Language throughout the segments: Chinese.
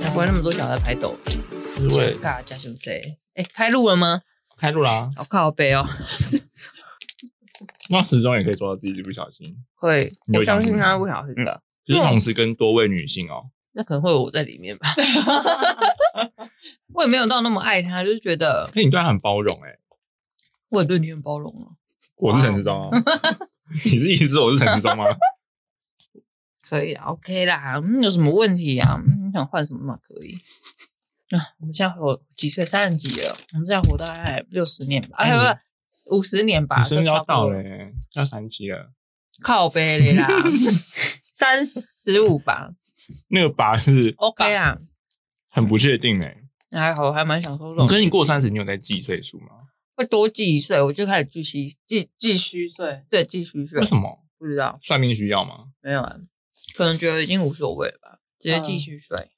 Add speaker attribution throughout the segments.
Speaker 1: 才不会那么多小孩拍抖音，
Speaker 2: 因为
Speaker 1: 尴尬加什么贼？哎，开录了吗？
Speaker 2: 开录啦，
Speaker 1: 好靠背哦，
Speaker 2: 那始终也可以做到自己一不小心，
Speaker 1: 会，
Speaker 2: 你有嗯
Speaker 1: 我相
Speaker 2: 养
Speaker 1: 信
Speaker 2: 吗
Speaker 1: 他会小心的，
Speaker 2: 就是同时跟多位女性哦，
Speaker 1: 那可能会有我在里面 吧。我也没有到那么爱他，就是觉得
Speaker 2: 可你对她很包容哎、
Speaker 1: 我也对你很包容啊，
Speaker 2: 我是陈志忠哦， 你是医师，我是陈 志忠吗？
Speaker 1: 可以啦，OK 啊啦，嗯有什么问题啊？嗯你想换什么嘛？可以。啊，我们现在活几岁？三十几了，我们现在活大概六十年吧，哎，
Speaker 2: 哎
Speaker 1: 不，五十年吧，
Speaker 2: 你生日
Speaker 1: 这
Speaker 2: 要
Speaker 1: 差不
Speaker 2: 到
Speaker 1: 多
Speaker 2: 了、欸，要三期了，
Speaker 1: 靠背嘞啦， 三十五吧
Speaker 2: 那个拔是
Speaker 1: ，OK 啊啦，
Speaker 2: 很不确定哎、
Speaker 1: 还好，我还蛮享受这
Speaker 2: 可
Speaker 1: 种。
Speaker 2: 是你过三十，你有在记岁数吗？
Speaker 1: 会多记一岁，我就开始记虚记记虚岁，对，记虚岁
Speaker 2: 为，什么？
Speaker 1: 不知道
Speaker 2: 算命需要吗？
Speaker 1: 没有啊，可能觉得已经无所谓了吧，直接记
Speaker 3: 嗯
Speaker 1: 虚岁，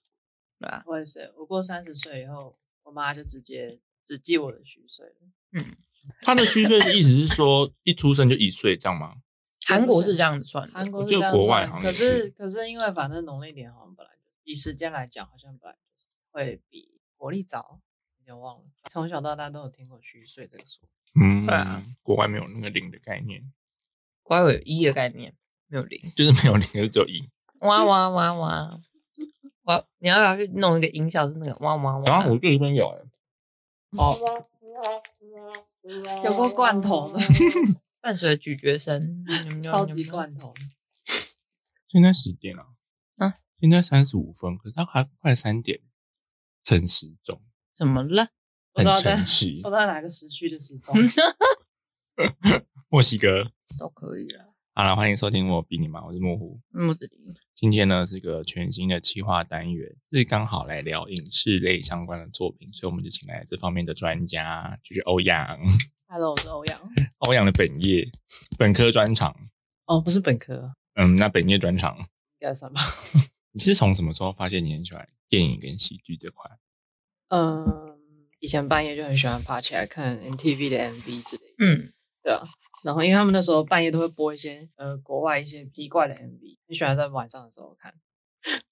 Speaker 1: 对吧？
Speaker 3: 我也是，我过三十岁以后，我妈就直接只记我的虚岁了。
Speaker 2: 他的虚岁的意思是说一出生就一岁这样吗？
Speaker 1: 韩国是这样子算的，
Speaker 3: 韩国
Speaker 2: 我
Speaker 3: 是
Speaker 2: 记
Speaker 3: 这
Speaker 2: 得
Speaker 3: 样
Speaker 2: 国
Speaker 3: 算
Speaker 2: 外好像
Speaker 3: 可
Speaker 2: 也是
Speaker 3: 是可是因为反正农历年好像本来就是以时间来讲，好像本来就是会比国历早，有点忘了。从小到大都有听过虚岁这个说法，
Speaker 2: 嗯，
Speaker 1: 对啊
Speaker 2: 国外没有那个零的概念，
Speaker 1: 国外有一的概念，没有零。
Speaker 2: 就是没有零，就是只有一。
Speaker 1: 哇哇哇哇！哇，你要不要去弄一个音效？是那个哇哇哇？
Speaker 2: 然后我这边有哎、
Speaker 3: 有过罐头的，
Speaker 1: 伴随着咀嚼声，
Speaker 3: 超 级罐头。
Speaker 2: 现在十点了、啊，
Speaker 1: 啊
Speaker 2: 现在三十五分，可是他还快三点，陈时中
Speaker 1: 怎么了？
Speaker 3: 我
Speaker 2: 很
Speaker 3: 知道在
Speaker 2: 诚，实
Speaker 3: 我，知道哪个时区的时 钟。
Speaker 2: 墨西哥。
Speaker 1: 都可以了。
Speaker 2: 好了，欢迎收听我比你忙，我是木虎。
Speaker 1: 木子
Speaker 2: 今天呢是个全新的企划单元，是刚好来聊影视类相关的作品，所以我们就请来这方面的专家，就是欧阳，
Speaker 3: Hello，我是欧阳。
Speaker 2: 欧阳的本业本科专场，
Speaker 3: 哦，不是本科，
Speaker 2: 嗯，那本业专场，
Speaker 3: 应该算吧。
Speaker 2: 你是从什么时候发现你很喜欢电影跟戏剧这块？
Speaker 3: 嗯，以前半夜就很喜欢爬起来看 NTV 的 MV 之类的。
Speaker 1: 嗯，
Speaker 3: 对啊，然后因为他们那时候半夜都会播一些呃国外一些奇怪的 MV，很喜欢在晚上的时候看。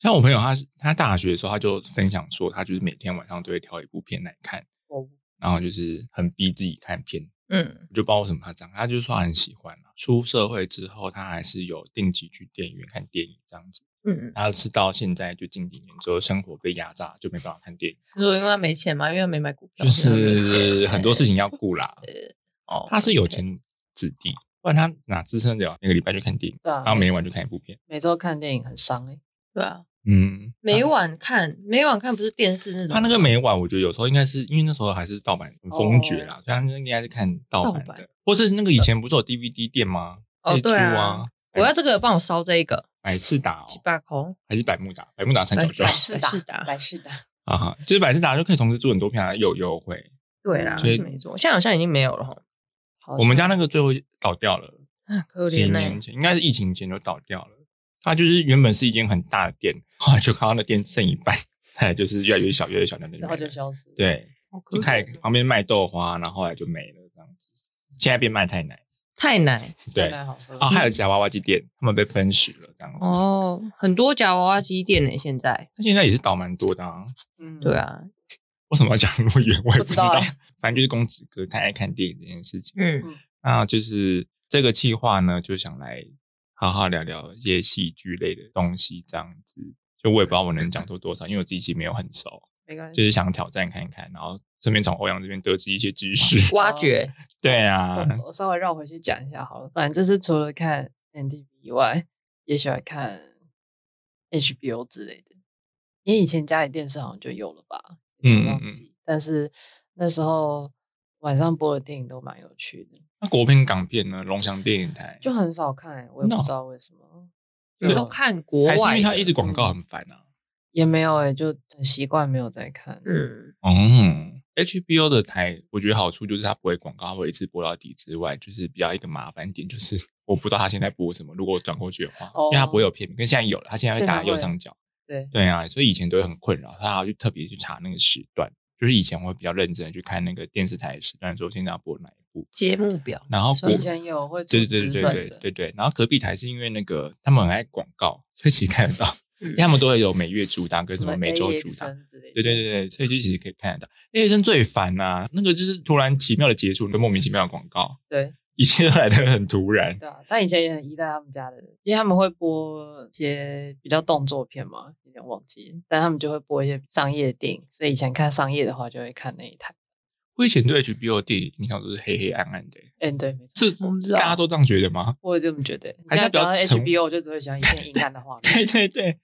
Speaker 2: 像我朋友他，是他大学的时候，他就分享说，他就是每天晚上都会挑一部片来看，
Speaker 3: 我
Speaker 2: 然后就是很逼自己看片。
Speaker 1: 嗯，
Speaker 2: 我就不知道为什么他这样，他就是说他很喜欢、啊、出社会之后，他还是有定期去电影院看电影这样子。
Speaker 1: 嗯，
Speaker 2: 他是到现在就近几年之后，生活被压榨，就没办法看电影，
Speaker 1: 你说因为他没钱嘛，因为他没买股票，
Speaker 2: 就
Speaker 1: 所以他没
Speaker 2: 是
Speaker 1: 钱
Speaker 2: 很多事情要顾啦。
Speaker 1: 哦。
Speaker 2: 他是有钱子弟，不然他哪支撑得了那个礼拜就看电影，
Speaker 3: 对啊，
Speaker 2: 然后每晚就看一部片。
Speaker 3: 每周看电影很伤哎、
Speaker 1: 对啊，
Speaker 2: 嗯，
Speaker 1: 每晚看，每晚看不是电视那种，
Speaker 2: 他那个每晚，我觉得有时候应该是因为那时候还是盗版很封绝啦，所以他应该是看盗版
Speaker 1: 哦盗呃
Speaker 2: 的，或是那个以前不是有 DVD 店吗？
Speaker 1: 哦
Speaker 2: 可以租
Speaker 1: 对啊
Speaker 2: 啊，
Speaker 1: 我要这个帮我烧这一个
Speaker 2: 百事达哦
Speaker 1: 几百空，
Speaker 2: 还是百慕达，百慕达三角洲
Speaker 1: 百
Speaker 3: 是
Speaker 1: 百事达
Speaker 3: 百事达，
Speaker 2: 啊哈，就是百事达就可以同时租很多片啊，有优惠。
Speaker 1: 对啦，
Speaker 2: 所以
Speaker 1: 是没错，现在好像已经没有了哈，
Speaker 3: 好
Speaker 2: 我们家
Speaker 3: 像
Speaker 2: 那个最后倒掉了，
Speaker 1: 啊可
Speaker 2: 几
Speaker 1: 怜呢、
Speaker 2: 年前应该是疫情前就倒掉了。它就是原本是一间很大的店，后来就看到那店剩一半，后来就是越来越小，越来越小，那就没
Speaker 3: 然后就
Speaker 2: 了。
Speaker 3: 消失。，
Speaker 2: 对，
Speaker 1: 好可
Speaker 2: 就
Speaker 1: 怜
Speaker 2: 开始旁边卖豆花，然后后来就没了这样子。现在变卖太奶，
Speaker 1: 太奶
Speaker 2: 对，
Speaker 3: 好喝。
Speaker 2: 啊，还有夹娃娃机店，他们被分食了这样子。
Speaker 1: 哦，很多夹娃娃机店呢、现在
Speaker 2: 那现在也是倒蛮多的啊。
Speaker 3: 嗯
Speaker 1: 对，啊，
Speaker 2: 为什么要讲那么远？我也
Speaker 3: 不
Speaker 2: 知
Speaker 3: 知
Speaker 2: 道
Speaker 3: 道欸。
Speaker 2: 反正就是公子哥太爱看电影这件事情。
Speaker 1: 嗯
Speaker 2: 那就是这个计划呢，就想来好好聊聊一些戏剧类的东西，这样子。就我也不知道我能讲出多少，因为我自己其实没有很熟，
Speaker 3: 没关
Speaker 2: 就是
Speaker 3: 系。
Speaker 2: 想挑战看看，然后顺便从欧阳这边得知一些知
Speaker 3: 嗯
Speaker 2: 识。
Speaker 1: 挖掘
Speaker 2: 对啊，
Speaker 3: 我我稍微绕回去讲一下好了，反正就是除了看 NTV 以外，也喜欢看 HBO 之类的。因为以前家里电视好像就有了吧，有点
Speaker 2: 嗯嗯
Speaker 3: 忘
Speaker 2: 嗯
Speaker 3: 记。但是那时候晚上播的电影都蛮有趣的，
Speaker 2: 那国片、港片呢？龙翔电影台
Speaker 3: 就很少看、欸，我也
Speaker 2: No
Speaker 3: 不知道为什么。
Speaker 1: 你
Speaker 3: 就
Speaker 1: 都看国
Speaker 2: 啊还是因
Speaker 1: 外
Speaker 2: 为
Speaker 1: 的，
Speaker 2: 它一直广
Speaker 3: 嗯
Speaker 2: 告很烦啊。
Speaker 3: 也没有哎、就很习惯没有在看。
Speaker 1: 嗯，
Speaker 2: 嗯 h b o 的台，我觉得好处就是它不会广告，它会一次播到底之外，就是比较一个麻烦点，就是 我不知道它现在播什么。如果我转过去的话，
Speaker 3: 哦
Speaker 2: 因为它不会有片名，跟现在有了，它现在会
Speaker 3: 现在
Speaker 2: 打右
Speaker 3: 会
Speaker 2: 上角。
Speaker 3: 对，
Speaker 2: 对啊，所以以前都会很困扰，他还要去特别去查那个时段。就是以前我会比较认真的去看那个电视台的时段，说现在要播哪一部，
Speaker 1: 节目表，
Speaker 2: 然后
Speaker 3: 所
Speaker 2: 国
Speaker 3: 以以前有会出
Speaker 2: 对对
Speaker 3: 直
Speaker 2: 对
Speaker 3: 本
Speaker 2: 对
Speaker 3: 的
Speaker 2: 对对对，然后隔壁台是因为那个他们很爱广告，所以其实看得 到，
Speaker 1: 嗯
Speaker 2: 因为他们都会有每月主打跟什么每周
Speaker 3: AXN
Speaker 2: 主打，
Speaker 3: 之类的，
Speaker 2: 对对对对，所以就其实可以看得到。A 生最烦呐、那个就是突然奇妙的结束，跟莫名其妙的广告，
Speaker 3: 对
Speaker 2: 一切都来得很突然。
Speaker 3: 对啊！但以前也很依赖他们家的，因为他们会播一些比较动作片嘛，有点忘记，但他们就会播一些商业电影，所以以前看商业的话就会看那一台。
Speaker 2: 我以前对 HBO 的电影印象都是黑黑暗暗的、
Speaker 3: 嗯，对，没错，
Speaker 2: 是
Speaker 1: 我不知道
Speaker 2: 大家都这样觉得吗？
Speaker 3: 我也这么觉得。
Speaker 2: 还是
Speaker 3: 现在
Speaker 2: 比较
Speaker 3: 讲到
Speaker 2: 沉
Speaker 3: HBO，我就只会想一片阴暗的画面。
Speaker 2: 对对对，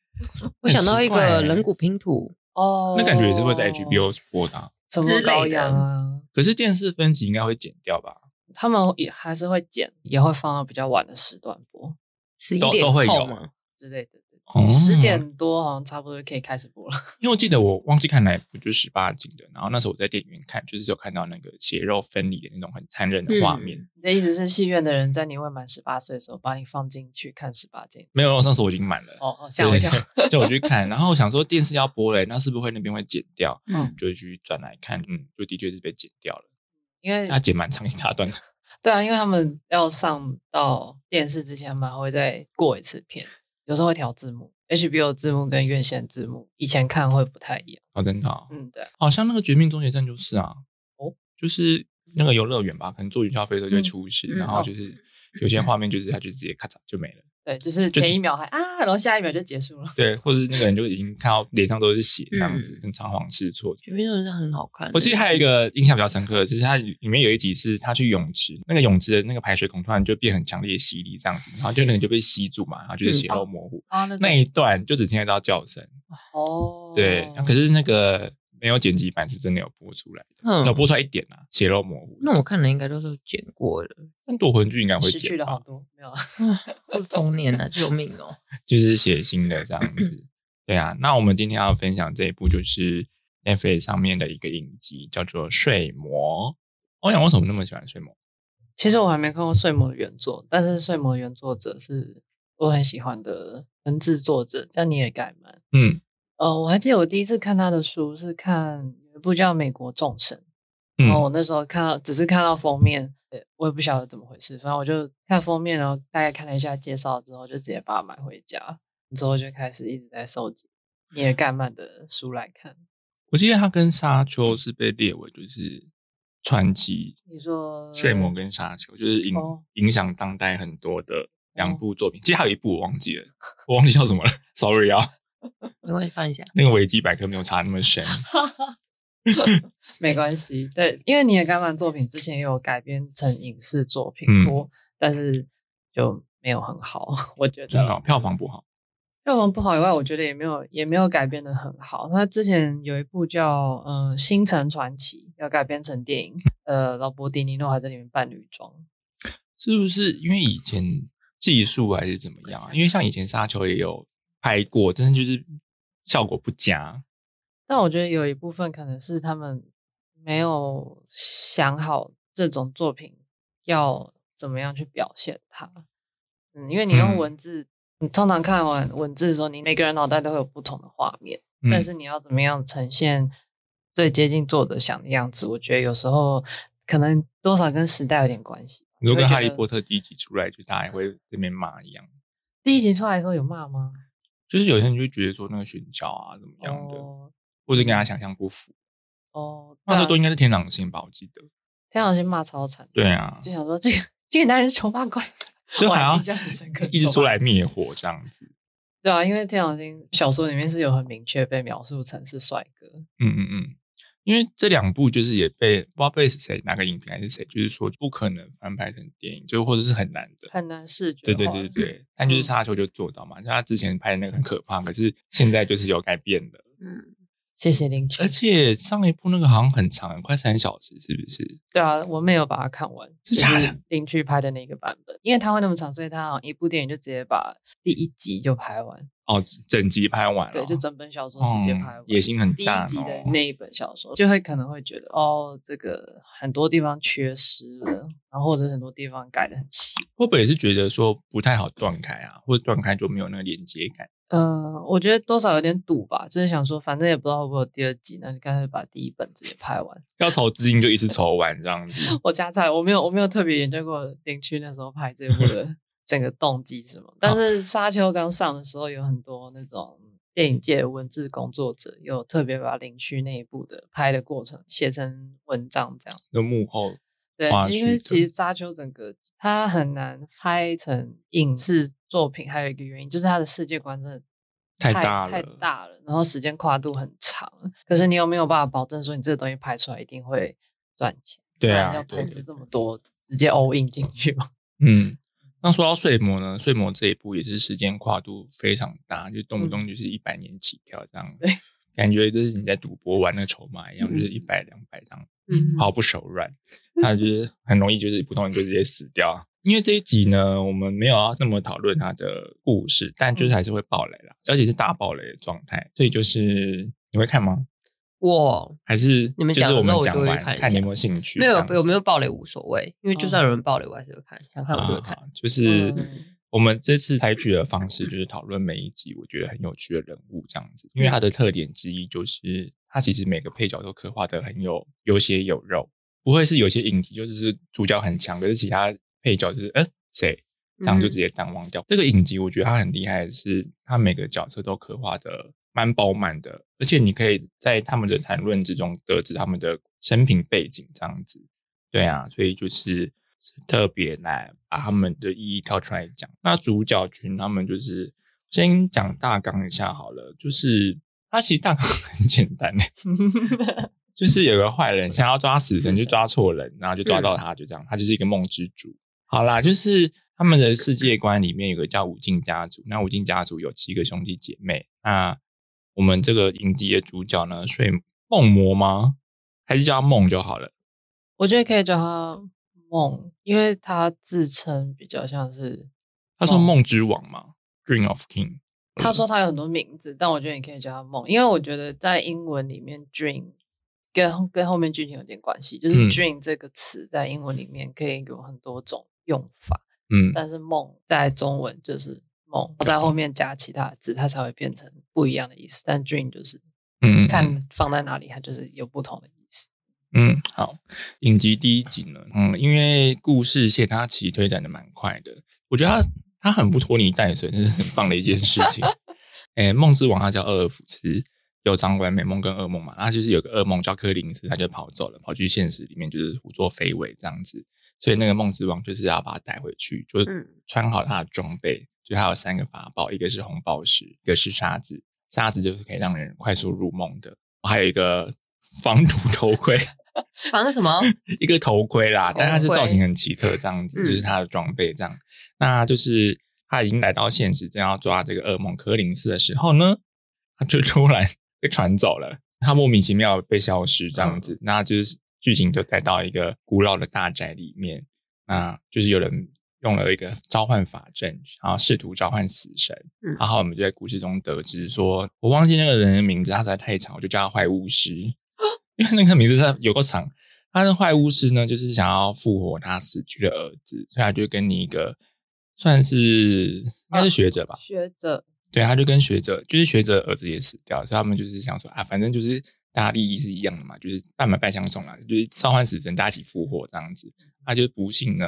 Speaker 1: 我想到一
Speaker 2: 很奇怪
Speaker 1: 个
Speaker 2: 欸
Speaker 1: 人骨拼图，
Speaker 3: 哦，
Speaker 2: 那感觉也是会在 HBO 播的啊、
Speaker 3: 沉默
Speaker 1: 之类
Speaker 3: 羔
Speaker 1: 的
Speaker 3: 羊啊，
Speaker 2: 可是电视分级应该会剪掉吧？
Speaker 3: 他们也还是会剪，也会放到比较晚的时段播
Speaker 1: 十一
Speaker 2: 都
Speaker 1: 点
Speaker 2: 都会
Speaker 1: 后
Speaker 2: 有
Speaker 1: 嘛，
Speaker 3: 之类的。
Speaker 2: 哦
Speaker 3: 十、0点多好像差不多就可以开始播了。
Speaker 2: 因为我记得我忘记看哪一部，就是十八禁的。然后那时候我在电影院看，就是有看到那个血肉分离的那种很残忍的画面。
Speaker 3: 你的意思是，戏院的人在你未满十八岁的时候把你放进去看十八禁？
Speaker 2: 没有，那时候我已经满了。
Speaker 3: 哦，哦吓我一跳。
Speaker 2: 对，就我去看，然后我想说电视要播嘞，那是不是会那边会剪掉？
Speaker 1: 嗯，
Speaker 2: 就去转来看，嗯，就的确是被剪掉了。
Speaker 3: 因为
Speaker 2: 它剪蛮长一大段的，
Speaker 3: 对啊，因为他们要上到电视之前，他们还会再过一次片，有时候会调字幕，HBO 字幕跟院线字幕，以前看会不太一样。
Speaker 2: 好真的哦，
Speaker 3: 嗯，对啊，
Speaker 2: 好像那个《绝命终结站》就是啊，
Speaker 3: 哦，
Speaker 2: 就是那个游乐园吧，可能坐云霄飞车就会出事，
Speaker 1: 嗯嗯
Speaker 2: 然
Speaker 3: 哦
Speaker 2: 后就是有
Speaker 3: 嗯
Speaker 2: 些画面就是它就直接咔嚓就没了，
Speaker 3: 对，就是
Speaker 2: 就是
Speaker 3: 前一秒还啊，然后下一秒就结束了。
Speaker 2: 对，或者是那个人就已经看到脸上都是血这样子
Speaker 1: 嗯，
Speaker 2: 很仓皇失措。
Speaker 1: 绝命终结站很好看。
Speaker 2: 我记得还有一个印象比较深刻的，就是它里面有一集是他去泳池，那个泳池的那个排水孔突然就变很强烈的吸力这样子，然后就那个人就被吸住嘛，然后就是血肉模糊。
Speaker 3: 啊，嗯那
Speaker 2: 那一段就只听得到叫声，
Speaker 3: 哦，
Speaker 2: 对。可是那个没有剪辑版是真的有播出来的，
Speaker 1: 嗯
Speaker 2: 有播出来一点啊，血肉模糊。
Speaker 1: 那我看的应该都是剪过的，
Speaker 2: 但夺魂剧应该会
Speaker 3: 嗯失去
Speaker 2: 剪
Speaker 3: 了好
Speaker 2: 吧，
Speaker 3: 多，没有啊？
Speaker 1: 我的童年 啊，救命哦！
Speaker 2: 就是血腥的这样 子。对啊，那我们今天要分享这一部就是 Netflix 上面的一个影集，叫做《睡魔》。哦我想为什么那么喜欢《睡魔
Speaker 3: 其实我还没看过《睡魔》的原作，但是《睡魔》的原作者是我很喜欢的文字作者，叫尼尔盖曼。》？
Speaker 2: 嗯
Speaker 3: 呃，我还记得我第一次看他的书是看有一部叫《美国众神》，然后
Speaker 2: 嗯
Speaker 3: 我那时候看到只是看到封面，对我也不晓得怎么回事，反正我就看封面，然后大概看了一下介绍之后，就直接把它买回家，之后就开始一直在收集尼尔盖曼的书来看。
Speaker 2: 我记得它跟《沙丘》是被列为就是传奇，
Speaker 3: 你说
Speaker 2: 《睡魔》跟《沙丘》就是影、
Speaker 3: 嗯哦
Speaker 2: 影响当代很多的两部作品。其实还有一部我忘记了，我忘记叫什么了，sorry 啊，
Speaker 1: 没关系，放一下。
Speaker 2: 那个维基百科没有查那么 深。
Speaker 3: 没关系，对，因为尼尔盖曼作品之前也有改编成影视作品
Speaker 2: 嗯
Speaker 3: 过，但是就没有很好，我觉得
Speaker 2: 真的
Speaker 3: 啦
Speaker 2: 哦、票房不好，
Speaker 3: 票房不好以外，我觉得也没有也没有改编的很好。他之前有一部叫嗯《呃星辰传奇》，要改编成电影，呃，劳勃迪尼诺还在里面扮女装。
Speaker 2: 是不是因为以前技术还是怎么样啊？因为像以前《沙丘》也有拍过，但是就是效果不佳。
Speaker 3: 但我觉得有一部分可能是他们没有想好这种作品要怎么样去表现它。嗯，因为你用
Speaker 2: 嗯
Speaker 3: 文字，你通常看完文字的时候，你每个人脑袋都会有不同的画面。
Speaker 2: 嗯
Speaker 3: 但是你要怎么样呈现最接近作者想的样子？我觉得有时候可能多少跟时代有点关系。
Speaker 2: 你说跟《哈利
Speaker 3: 特
Speaker 2: 波特》第一集出来，就大家也会这边骂一样，
Speaker 3: 第一集出来的时候有骂吗？
Speaker 2: 就是有些人就会觉得说那个选角啊怎么样的，
Speaker 3: 哦
Speaker 2: 或者跟他想象不符。
Speaker 3: 哦，
Speaker 2: 那这都
Speaker 3: 对啊
Speaker 2: 应该是天狼星吧？我记得。
Speaker 3: 天狼星骂超惨，
Speaker 2: 对啊，
Speaker 3: 就想说这个这个男人是丑八怪，
Speaker 2: 所以
Speaker 3: 哇
Speaker 2: 还要
Speaker 3: 印象很深刻
Speaker 2: 一直出来灭火这样子。
Speaker 3: 对啊，因为天狼星小说里面是有很明确被描述成是帅哥，
Speaker 2: 嗯嗯嗯，因为这两部就是也被不知道被谁哪个影评还是谁，就是说不可能翻拍成电影，就或者是很难的。
Speaker 3: 很难视觉
Speaker 2: 对
Speaker 3: 化。
Speaker 2: 对对对， 对
Speaker 3: 嗯
Speaker 2: 但就是沙丘就做到嘛，像他之前拍的那个很可怕，可是现在就是有改变的。
Speaker 1: 嗯，
Speaker 3: 谢谢林群
Speaker 2: 而。且上一部那个好像很长，快三小时，是不是？
Speaker 3: 对啊，我没有把它看完，
Speaker 2: 是
Speaker 3: 就
Speaker 2: 假的
Speaker 3: 是林区拍的那个版本，因为它会那么长，所以它好像一部电影就直接把第一集就拍完，
Speaker 2: 哦，整集拍完了，
Speaker 3: 对，就整本小说直接拍完。
Speaker 2: 嗯野心很
Speaker 3: 第
Speaker 2: 哦大
Speaker 3: 一
Speaker 2: 哦。
Speaker 3: 集的那一本小说，就会可能会觉得哦，这个很多地方缺失了，然后或者很多地方改的很奇
Speaker 2: 会不会也是觉得说不太好断开啊，或者断开就没有那个连接感？
Speaker 3: 呃，我觉得多少有点赌吧，就是想说，反正也不知道会不会有第二集，那就干脆把第一本直接拍完。
Speaker 2: 要筹资金就一次筹完这样 子，
Speaker 3: 我加菜，我没有我没有特别研究过林区那时候拍这部的整个动机是什么，但是《沙丘》刚上的时候，有很多那种电影界的文字工作者，有特别把林区那一部的拍的过程写成文章这样。
Speaker 2: 就幕后
Speaker 3: 对
Speaker 2: 花，
Speaker 3: 因为
Speaker 2: 絮
Speaker 3: 其实《沙丘》整个它很难拍成影视作品，还有一个原因就是它的世界观真的
Speaker 2: 太大
Speaker 3: 大
Speaker 2: 了
Speaker 3: 太大了，然后时间跨度很长。可是你有没有办法保证说你这个东西拍出来一定会赚钱？
Speaker 2: 对
Speaker 3: 不然
Speaker 2: 啊，
Speaker 3: 要
Speaker 2: 对
Speaker 3: 投
Speaker 2: 对
Speaker 3: 资这么多，直接 all in 进去吗？
Speaker 2: 嗯，那说到睡魔呢，睡魔这一部也是时间跨度非常大，就动不动就是一百年起跳这样，
Speaker 3: 嗯对嗯
Speaker 2: 感觉就是你在赌博玩那个筹码一样，就是一百两百这样，
Speaker 1: 嗯
Speaker 2: 好不手软，他就是很容易就是不动就直接死掉。因为这一集呢，我们没有要那么讨论它的故事，但
Speaker 1: 嗯
Speaker 2: 就是还是会爆雷啦，而且是大爆雷的状态，所以就是你会看吗？
Speaker 1: 我
Speaker 2: 还是
Speaker 1: 你们
Speaker 2: 就是
Speaker 1: 讲了
Speaker 2: 我们
Speaker 1: 那我
Speaker 2: 讲
Speaker 1: 就会
Speaker 2: 完
Speaker 1: 看一下
Speaker 2: 你有没有兴趣？
Speaker 1: 没有
Speaker 2: 这样子
Speaker 1: 有没有暴雷无所谓，因为就算有人暴雷，我还是会看，想看我就会看。
Speaker 2: 啊，就是
Speaker 3: 嗯
Speaker 2: 我们这次采取的方式，就是讨论每一集我觉得很有趣的人物这样子，因为它的特点之一就是它其实每个配角都刻画的很有有血有肉，不会是有些影集就是主角很强，可是其他配角就是嗯谁这样就直接淡忘掉。这个影集我觉得它很厉害的是，它每个角色都刻画的蛮饱满的，而且你可以在他们的谈论之中得知他们的生平背景这样子。对啊，所以就是特别来把他们的意义挑出来讲。那主角群他们就是先讲大纲一下好了，就是他其实大纲 很简单欸就是有个坏人想要抓死人，就抓错人，然后就抓到他，就这样，他就是一个梦之主。好啦，就是他们的世界观里面有个叫武进家族，那武进家族有七个兄弟姐妹。那我们这个影集的主角呢，睡梦魔吗？还是叫他梦就好了？
Speaker 3: 我觉得可以叫他梦，因为他自称比较像是，
Speaker 2: 他说梦之王嘛，Dream of King。
Speaker 3: 他
Speaker 2: 嗯
Speaker 3: 说他有很多名字，但我觉得你可以叫他梦，因为我觉得在英文里面 dream 跟跟后面剧情有点关系，就是
Speaker 2: 嗯
Speaker 3: dream 这个词在英文里面可以有很多种用法，
Speaker 2: 嗯，
Speaker 1: 呃
Speaker 3: 但是梦在中文就是梦，在后面加其他的字，它才会变成不一样的意思。但 dream 就是
Speaker 2: 嗯，
Speaker 3: 看放在哪里，它就是有不同的意思。
Speaker 2: 嗯，好，影集第一集呢，嗯，因为故事线它其实推展的蛮快的，我觉得它它很不拖泥带水，这是很棒的一件事情。诶，梦之王他叫厄尔甫斯，有掌管美梦跟噩梦嘛，他就是有个噩梦叫柯林斯，他就跑走了，跑去现实里面就是胡作非为这样子，所以那个梦之王就是要把他带回去，就
Speaker 1: 嗯
Speaker 2: 是穿好他的装备，就他有三个法宝，一个是红宝石，一个是沙子，沙子就是可以让人快速入梦的，还有一个防毒头盔。
Speaker 1: 反正什么，
Speaker 2: 一个头盔啦，
Speaker 1: 头盔
Speaker 2: 但它是造型很奇特，这样子，
Speaker 1: 嗯
Speaker 2: 就是它的装备这样。那就是他已经来到现实，正要抓这个噩梦柯林斯的时候呢，他 就突然被传走了，他莫名其妙被消失这样子。那就是剧情就带到一个古老的大宅里面，那就是有人用了一个召唤法阵，然后试图召唤死神。
Speaker 1: 嗯
Speaker 2: 然后我们就在故事中得知说，我忘记那个人的名字，他实在太长，我就叫他坏巫师，因为那个名字他有够长。他的坏巫师呢，就是想要复活他死去的儿子，所以他就跟你一个算是应该是学者吧，
Speaker 3: 学者
Speaker 2: 对，他就跟学者，就是学者的儿子也死掉，所以他们就是想说啊，反正就是大家利益是一样的嘛，就是半买半相送啦，就是召唤死神，大家一起复活这样子。他就不幸呢，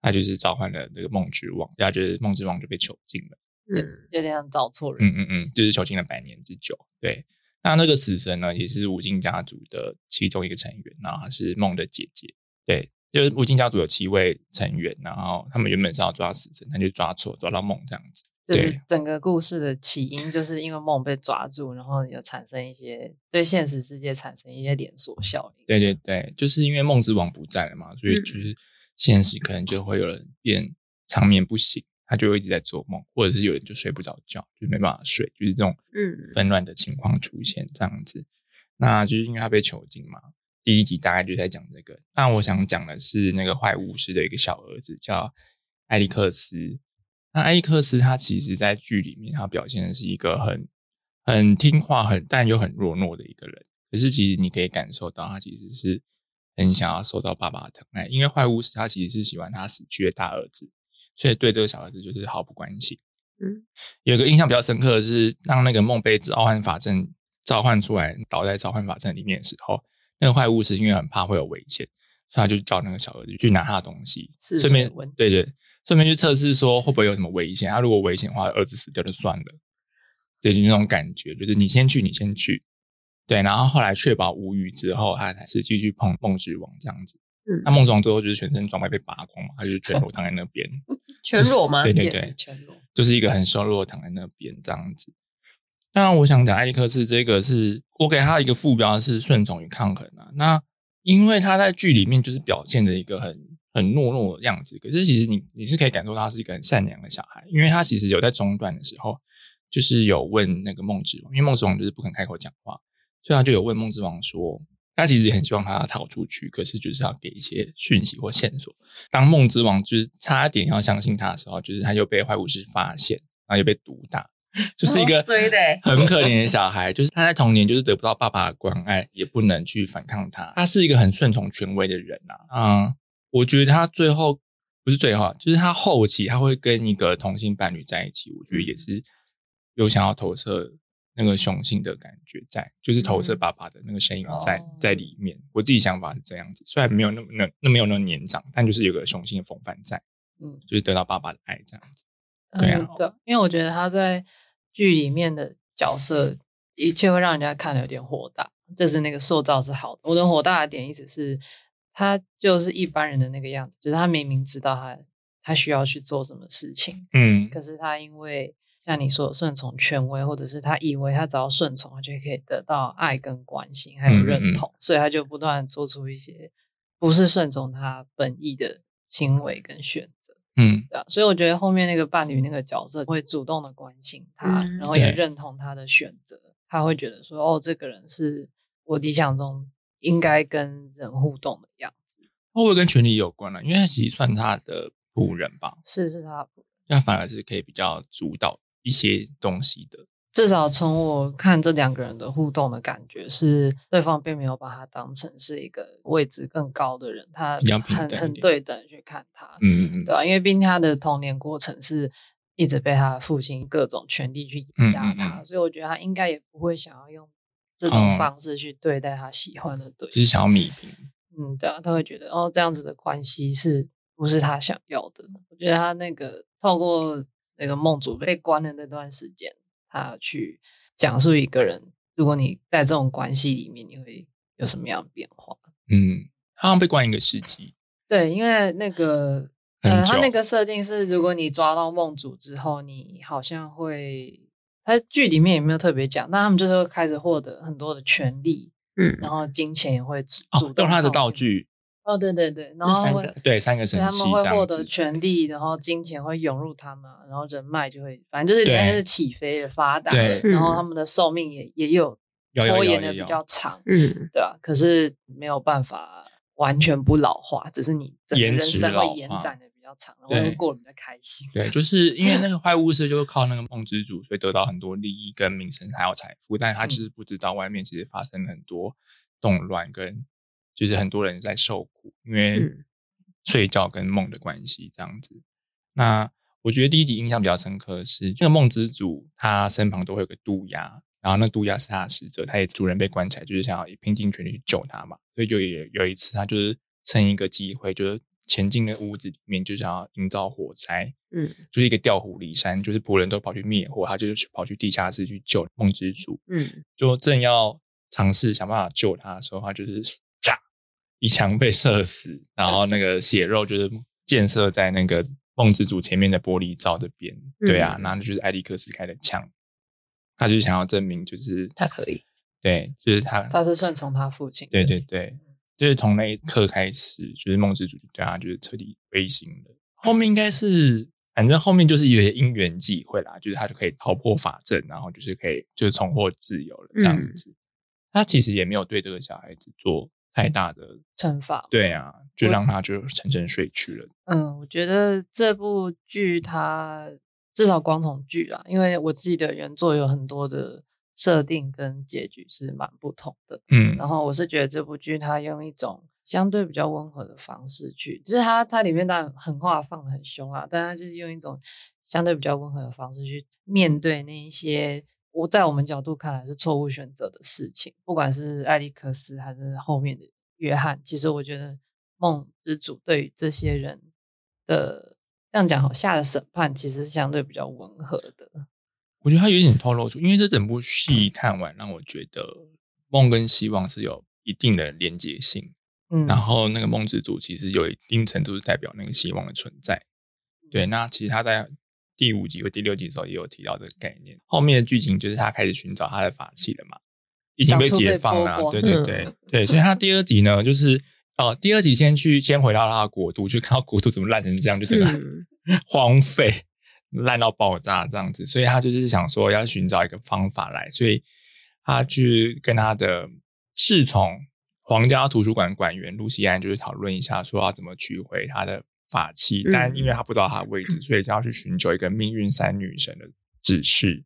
Speaker 2: 他就是召唤了那个梦之王，然后就是梦之王就被囚禁了。
Speaker 1: 嗯，
Speaker 3: 有点像找错人，
Speaker 2: 嗯嗯嗯，就是囚禁了百年之久。对，那那个死神呢，也是吴敬家族的其中一个成员，然后她是梦的姐姐。对，就是吴敬家族有七位成员，然后他们原本是要抓死神，但就抓错，抓到梦这样子。
Speaker 3: 就是
Speaker 2: 对
Speaker 3: 整个故事的起因，就是因为梦被抓住，然后有产生一些对现实世界产生一些连锁效应。
Speaker 2: 对对对，就是因为梦之王不在了嘛，所以
Speaker 1: 嗯
Speaker 2: 就是现实可能就会有人变长眠不醒，他就会一直在做梦，或者是有人就睡不着觉，就没办法睡，就是这种
Speaker 1: 嗯
Speaker 2: 纷乱的情况出现这样子。那就是因为他被囚禁嘛，第一集大概就在讲这个。那我想讲的是那个坏巫师的一个小儿子叫埃利克斯。那埃利克斯他其实在剧里面他表现的是一个很很听话很但又很弱懦的一个人，可是其实你可以感受到他其实是很想要受到爸爸的疼爱，因为坏巫师他其实是喜欢他死去的大儿子，所以对这个小儿子就是毫不关心。
Speaker 4: 嗯，
Speaker 2: 有一个印象比较深刻的是，当那个梦被召唤法阵召唤出来，倒在召唤法阵里面的时候，那个坏巫师因为很怕会有危险，所以他就叫那个小儿子去拿他的东西，
Speaker 3: 是
Speaker 2: 顺便
Speaker 3: 水温
Speaker 2: 对对，顺便去测试说会不会有什么危险。他啊如果危险的话，儿子死掉就算了，对，就那种感觉，就是你先去，你先去。对，然后后来确保无虞之后，他才实际去碰梦之王这样子。
Speaker 4: 嗯
Speaker 2: 那梦之王最后就是全身装备被拔光嘛，他就是全裸躺在那边，
Speaker 4: 全裸吗？
Speaker 2: 对对
Speaker 3: 也
Speaker 2: 对
Speaker 3: 是全裸。
Speaker 2: 就是一个很瘦弱的躺在那边这样子。当然，我想讲艾利克斯这个是我给他一个副标是顺从与抗衡啊。那因为他在剧里面就是表现的一个很很懦弱的样子，可是其实你你是可以感受到他是一个很善良的小孩，因为他其实有在中段的时候就是有问那个梦之王，因为梦之王就是不肯开口讲话，所以他就有问梦之王说，他其实也很希望他逃出去，可是就是要给一些讯息或线索。当梦之王就是差点要相信他的时候，就是他又被坏巫师发现，然后又被毒打，就是一个
Speaker 1: 超衰的欸
Speaker 2: 很可怜的小孩。就是他在童年就是得不到爸爸的关爱，也不能去反抗他。他是一个很顺从权威的人啊。嗯，我觉得他最后不是最后啊，就是他后期他会跟一个同性伴侣在一起，我觉得也是有想要投射那个雄性的感觉在，就是投射爸爸的那个身影在、
Speaker 1: 哦
Speaker 2: 在里面。我自己想法是这样子，虽然没有那么那那没有那么年长，但就是有个雄性的风范在，
Speaker 3: 嗯，
Speaker 2: 就是得到爸爸的爱这样子。对啊
Speaker 3: 嗯，对，因为我觉得他在剧里面的角色，的确会让人家看的有点火大，就是那个塑造是好的。我的火大的点意思是，他就是一般人的那个样子，就是他明明知道他他需要去做什么事情，
Speaker 2: 嗯，
Speaker 3: 可是他因为像你说的顺从权威，或者是他以为他只要顺从，他就可以得到爱跟关心，还有认同，所以他就不断地做出一些不是顺从他本意的行为跟选择。
Speaker 2: 嗯
Speaker 3: 对啊，所以我觉得后面那个伴侣那个角色会主动的关心他，
Speaker 4: 嗯
Speaker 3: 然后也
Speaker 2: 对
Speaker 3: 认同他的选择，他会觉得说，哦，这个人是我理想中应该跟人互动的样子，
Speaker 2: 会不会跟权力有关了？因为他其实算他的仆人吧，
Speaker 3: 是是他
Speaker 2: 那反而是可以比较主导一些东西的。
Speaker 3: 至少从我看这两个人的互动的感觉是，对方并没有把他当成是一个位置更高的人，他
Speaker 2: 比较平
Speaker 3: 很
Speaker 2: 等一
Speaker 3: 很
Speaker 2: 点
Speaker 3: 对等地去看他，
Speaker 2: 嗯嗯
Speaker 3: 对啊，因为毕竟他的童年过程是一直被他的父亲各种权力去碾压
Speaker 2: 嗯
Speaker 3: 他，
Speaker 2: 嗯嗯
Speaker 3: 所以我觉得他应该也不会想要用这
Speaker 2: 哦
Speaker 3: 种方式去对待他喜欢的对
Speaker 2: 就，是想要米平。
Speaker 3: 嗯，对啊，他会觉得哦，这样子的关系是不是他想要的？我觉得他那个透过那个梦主被关的那段时间，他去讲述一个人，如果你在这种关系里面，你会有什么样的变化？
Speaker 2: 嗯，他好像被关一个世纪，
Speaker 3: 对，因为那个
Speaker 2: 很
Speaker 3: 呃，
Speaker 2: 久
Speaker 3: 他那个设定是，如果你抓到梦主之后，你好像会，他剧里面也没有特别讲，那他们就是会开始获得很多的权利，
Speaker 4: 嗯，
Speaker 3: 然后金钱也会主主
Speaker 2: 哦，
Speaker 3: 动
Speaker 2: 用他的
Speaker 3: 靠
Speaker 2: 道
Speaker 3: 近。
Speaker 2: 具，
Speaker 3: 哦，对对对，然
Speaker 4: 这
Speaker 3: 后
Speaker 4: 三
Speaker 3: 会
Speaker 4: 个
Speaker 2: 对，三个神
Speaker 3: 所以他
Speaker 2: 器
Speaker 3: 们会
Speaker 2: 这
Speaker 3: 获
Speaker 2: 样
Speaker 3: 得
Speaker 2: 子。
Speaker 3: 权利，然后金钱会涌入他们啊，然后人脉就会，反正就是
Speaker 2: 对
Speaker 3: 但是起飞的发达
Speaker 2: 对
Speaker 3: 了，然后他们的寿命也也有
Speaker 2: 有有
Speaker 3: 拖
Speaker 2: 有
Speaker 3: 延的
Speaker 2: 有
Speaker 3: 比
Speaker 2: 有
Speaker 3: 较长，
Speaker 4: 嗯，
Speaker 3: 对啊，可是没有办法完全不老化，只是你整个
Speaker 2: 延
Speaker 3: 人
Speaker 2: 迟
Speaker 3: 生
Speaker 2: 老
Speaker 3: 会延
Speaker 2: 化
Speaker 3: 展的比较长，然后
Speaker 2: 对
Speaker 3: 会过得比较开心。
Speaker 2: 对，就是因为那个坏巫师就是靠那个梦之主，所以得到很多利益跟名声还有财富，但是他就是不知道外面其实发生了很多动乱，跟就是很多人在受苦，因为
Speaker 4: 嗯
Speaker 2: 睡觉跟梦的关系这样子。那我觉得第一集印象比较深刻的是，这个梦之主他身旁都会有个渡鸦，然后那渡鸦是他的使者，他也主人被关起来，就是想要拼尽全力去救他嘛。所以就也有一次，他就是趁一个机会，就是潜进那屋子里面，就想要营造火灾，
Speaker 4: 嗯，
Speaker 2: 就是一个调虎离山，就是仆人都跑去灭火，他就是去跑去地下室去救梦之主，
Speaker 4: 嗯，
Speaker 2: 就正要尝试想办法救他的时候，他就是炸一枪被射死，然后那个血肉就是溅射在那个梦之主前面的玻璃罩这边。
Speaker 4: 嗯
Speaker 2: 对啊，然后就是艾利克斯开的枪，他就是想要证明，就是
Speaker 1: 他可以，
Speaker 2: 对，就是他，
Speaker 3: 他是顺从他父亲，
Speaker 2: 对对，对，就是从那一刻开始，就是梦之主就对他就是彻底灰心了。后面应该是，反正后面就是有些因缘际会啦，就是他就可以逃破法阵，然后就是可以就是重获自由了这样子。他其实也没有对这个小孩子做太大的，
Speaker 3: 惩罚。
Speaker 2: 对啊，就让他就沉沉睡去了。
Speaker 3: 嗯，我觉得这部剧它至少光统剧啊，因为我记得原作有很多的设定跟结局是蛮不同的。
Speaker 2: 嗯
Speaker 3: 然后我是觉得这部剧它用一种相对比较温和的方式去，就是它它里面当然狠话放的很凶啊，但它就是用一种相对比较温和的方式去面对那一些我在我们角度看来是错误选择的事情，不管是艾利克斯还是后面的约翰，其实我觉得梦之主对于这些人的这样讲好下的审判其实是相对比较温和的，
Speaker 2: 我觉得他有点透露出，因为这整部戏看完，让我觉得梦跟希望是有一定的连结性。
Speaker 3: 嗯，
Speaker 2: 然后那个梦之主其实有一定程度是代表那个希望的存在。对，那其实他在第五集或第六集的时候也有提到这个概念。后面的剧情就是他开始寻找他的法器了嘛，已经被解放
Speaker 3: 当初
Speaker 2: 了。啊
Speaker 3: 被
Speaker 2: 对
Speaker 3: 剥
Speaker 2: 对
Speaker 1: 光
Speaker 2: 对、对，所以他第二集呢，就是哦、呃第二集先去先回到他的国度，去看到国度怎么烂成这样，就整个、
Speaker 1: 嗯，
Speaker 2: 荒废、烂到爆炸这样子，所以他就是想说要寻找一个方法来，所以他去跟他的侍从皇家图书馆馆员露西安就是讨论一下，说要怎么取回他的法器，
Speaker 1: 嗯
Speaker 2: 但因为他不知道他的位置，所以就要去寻求一个命运三女神的指示。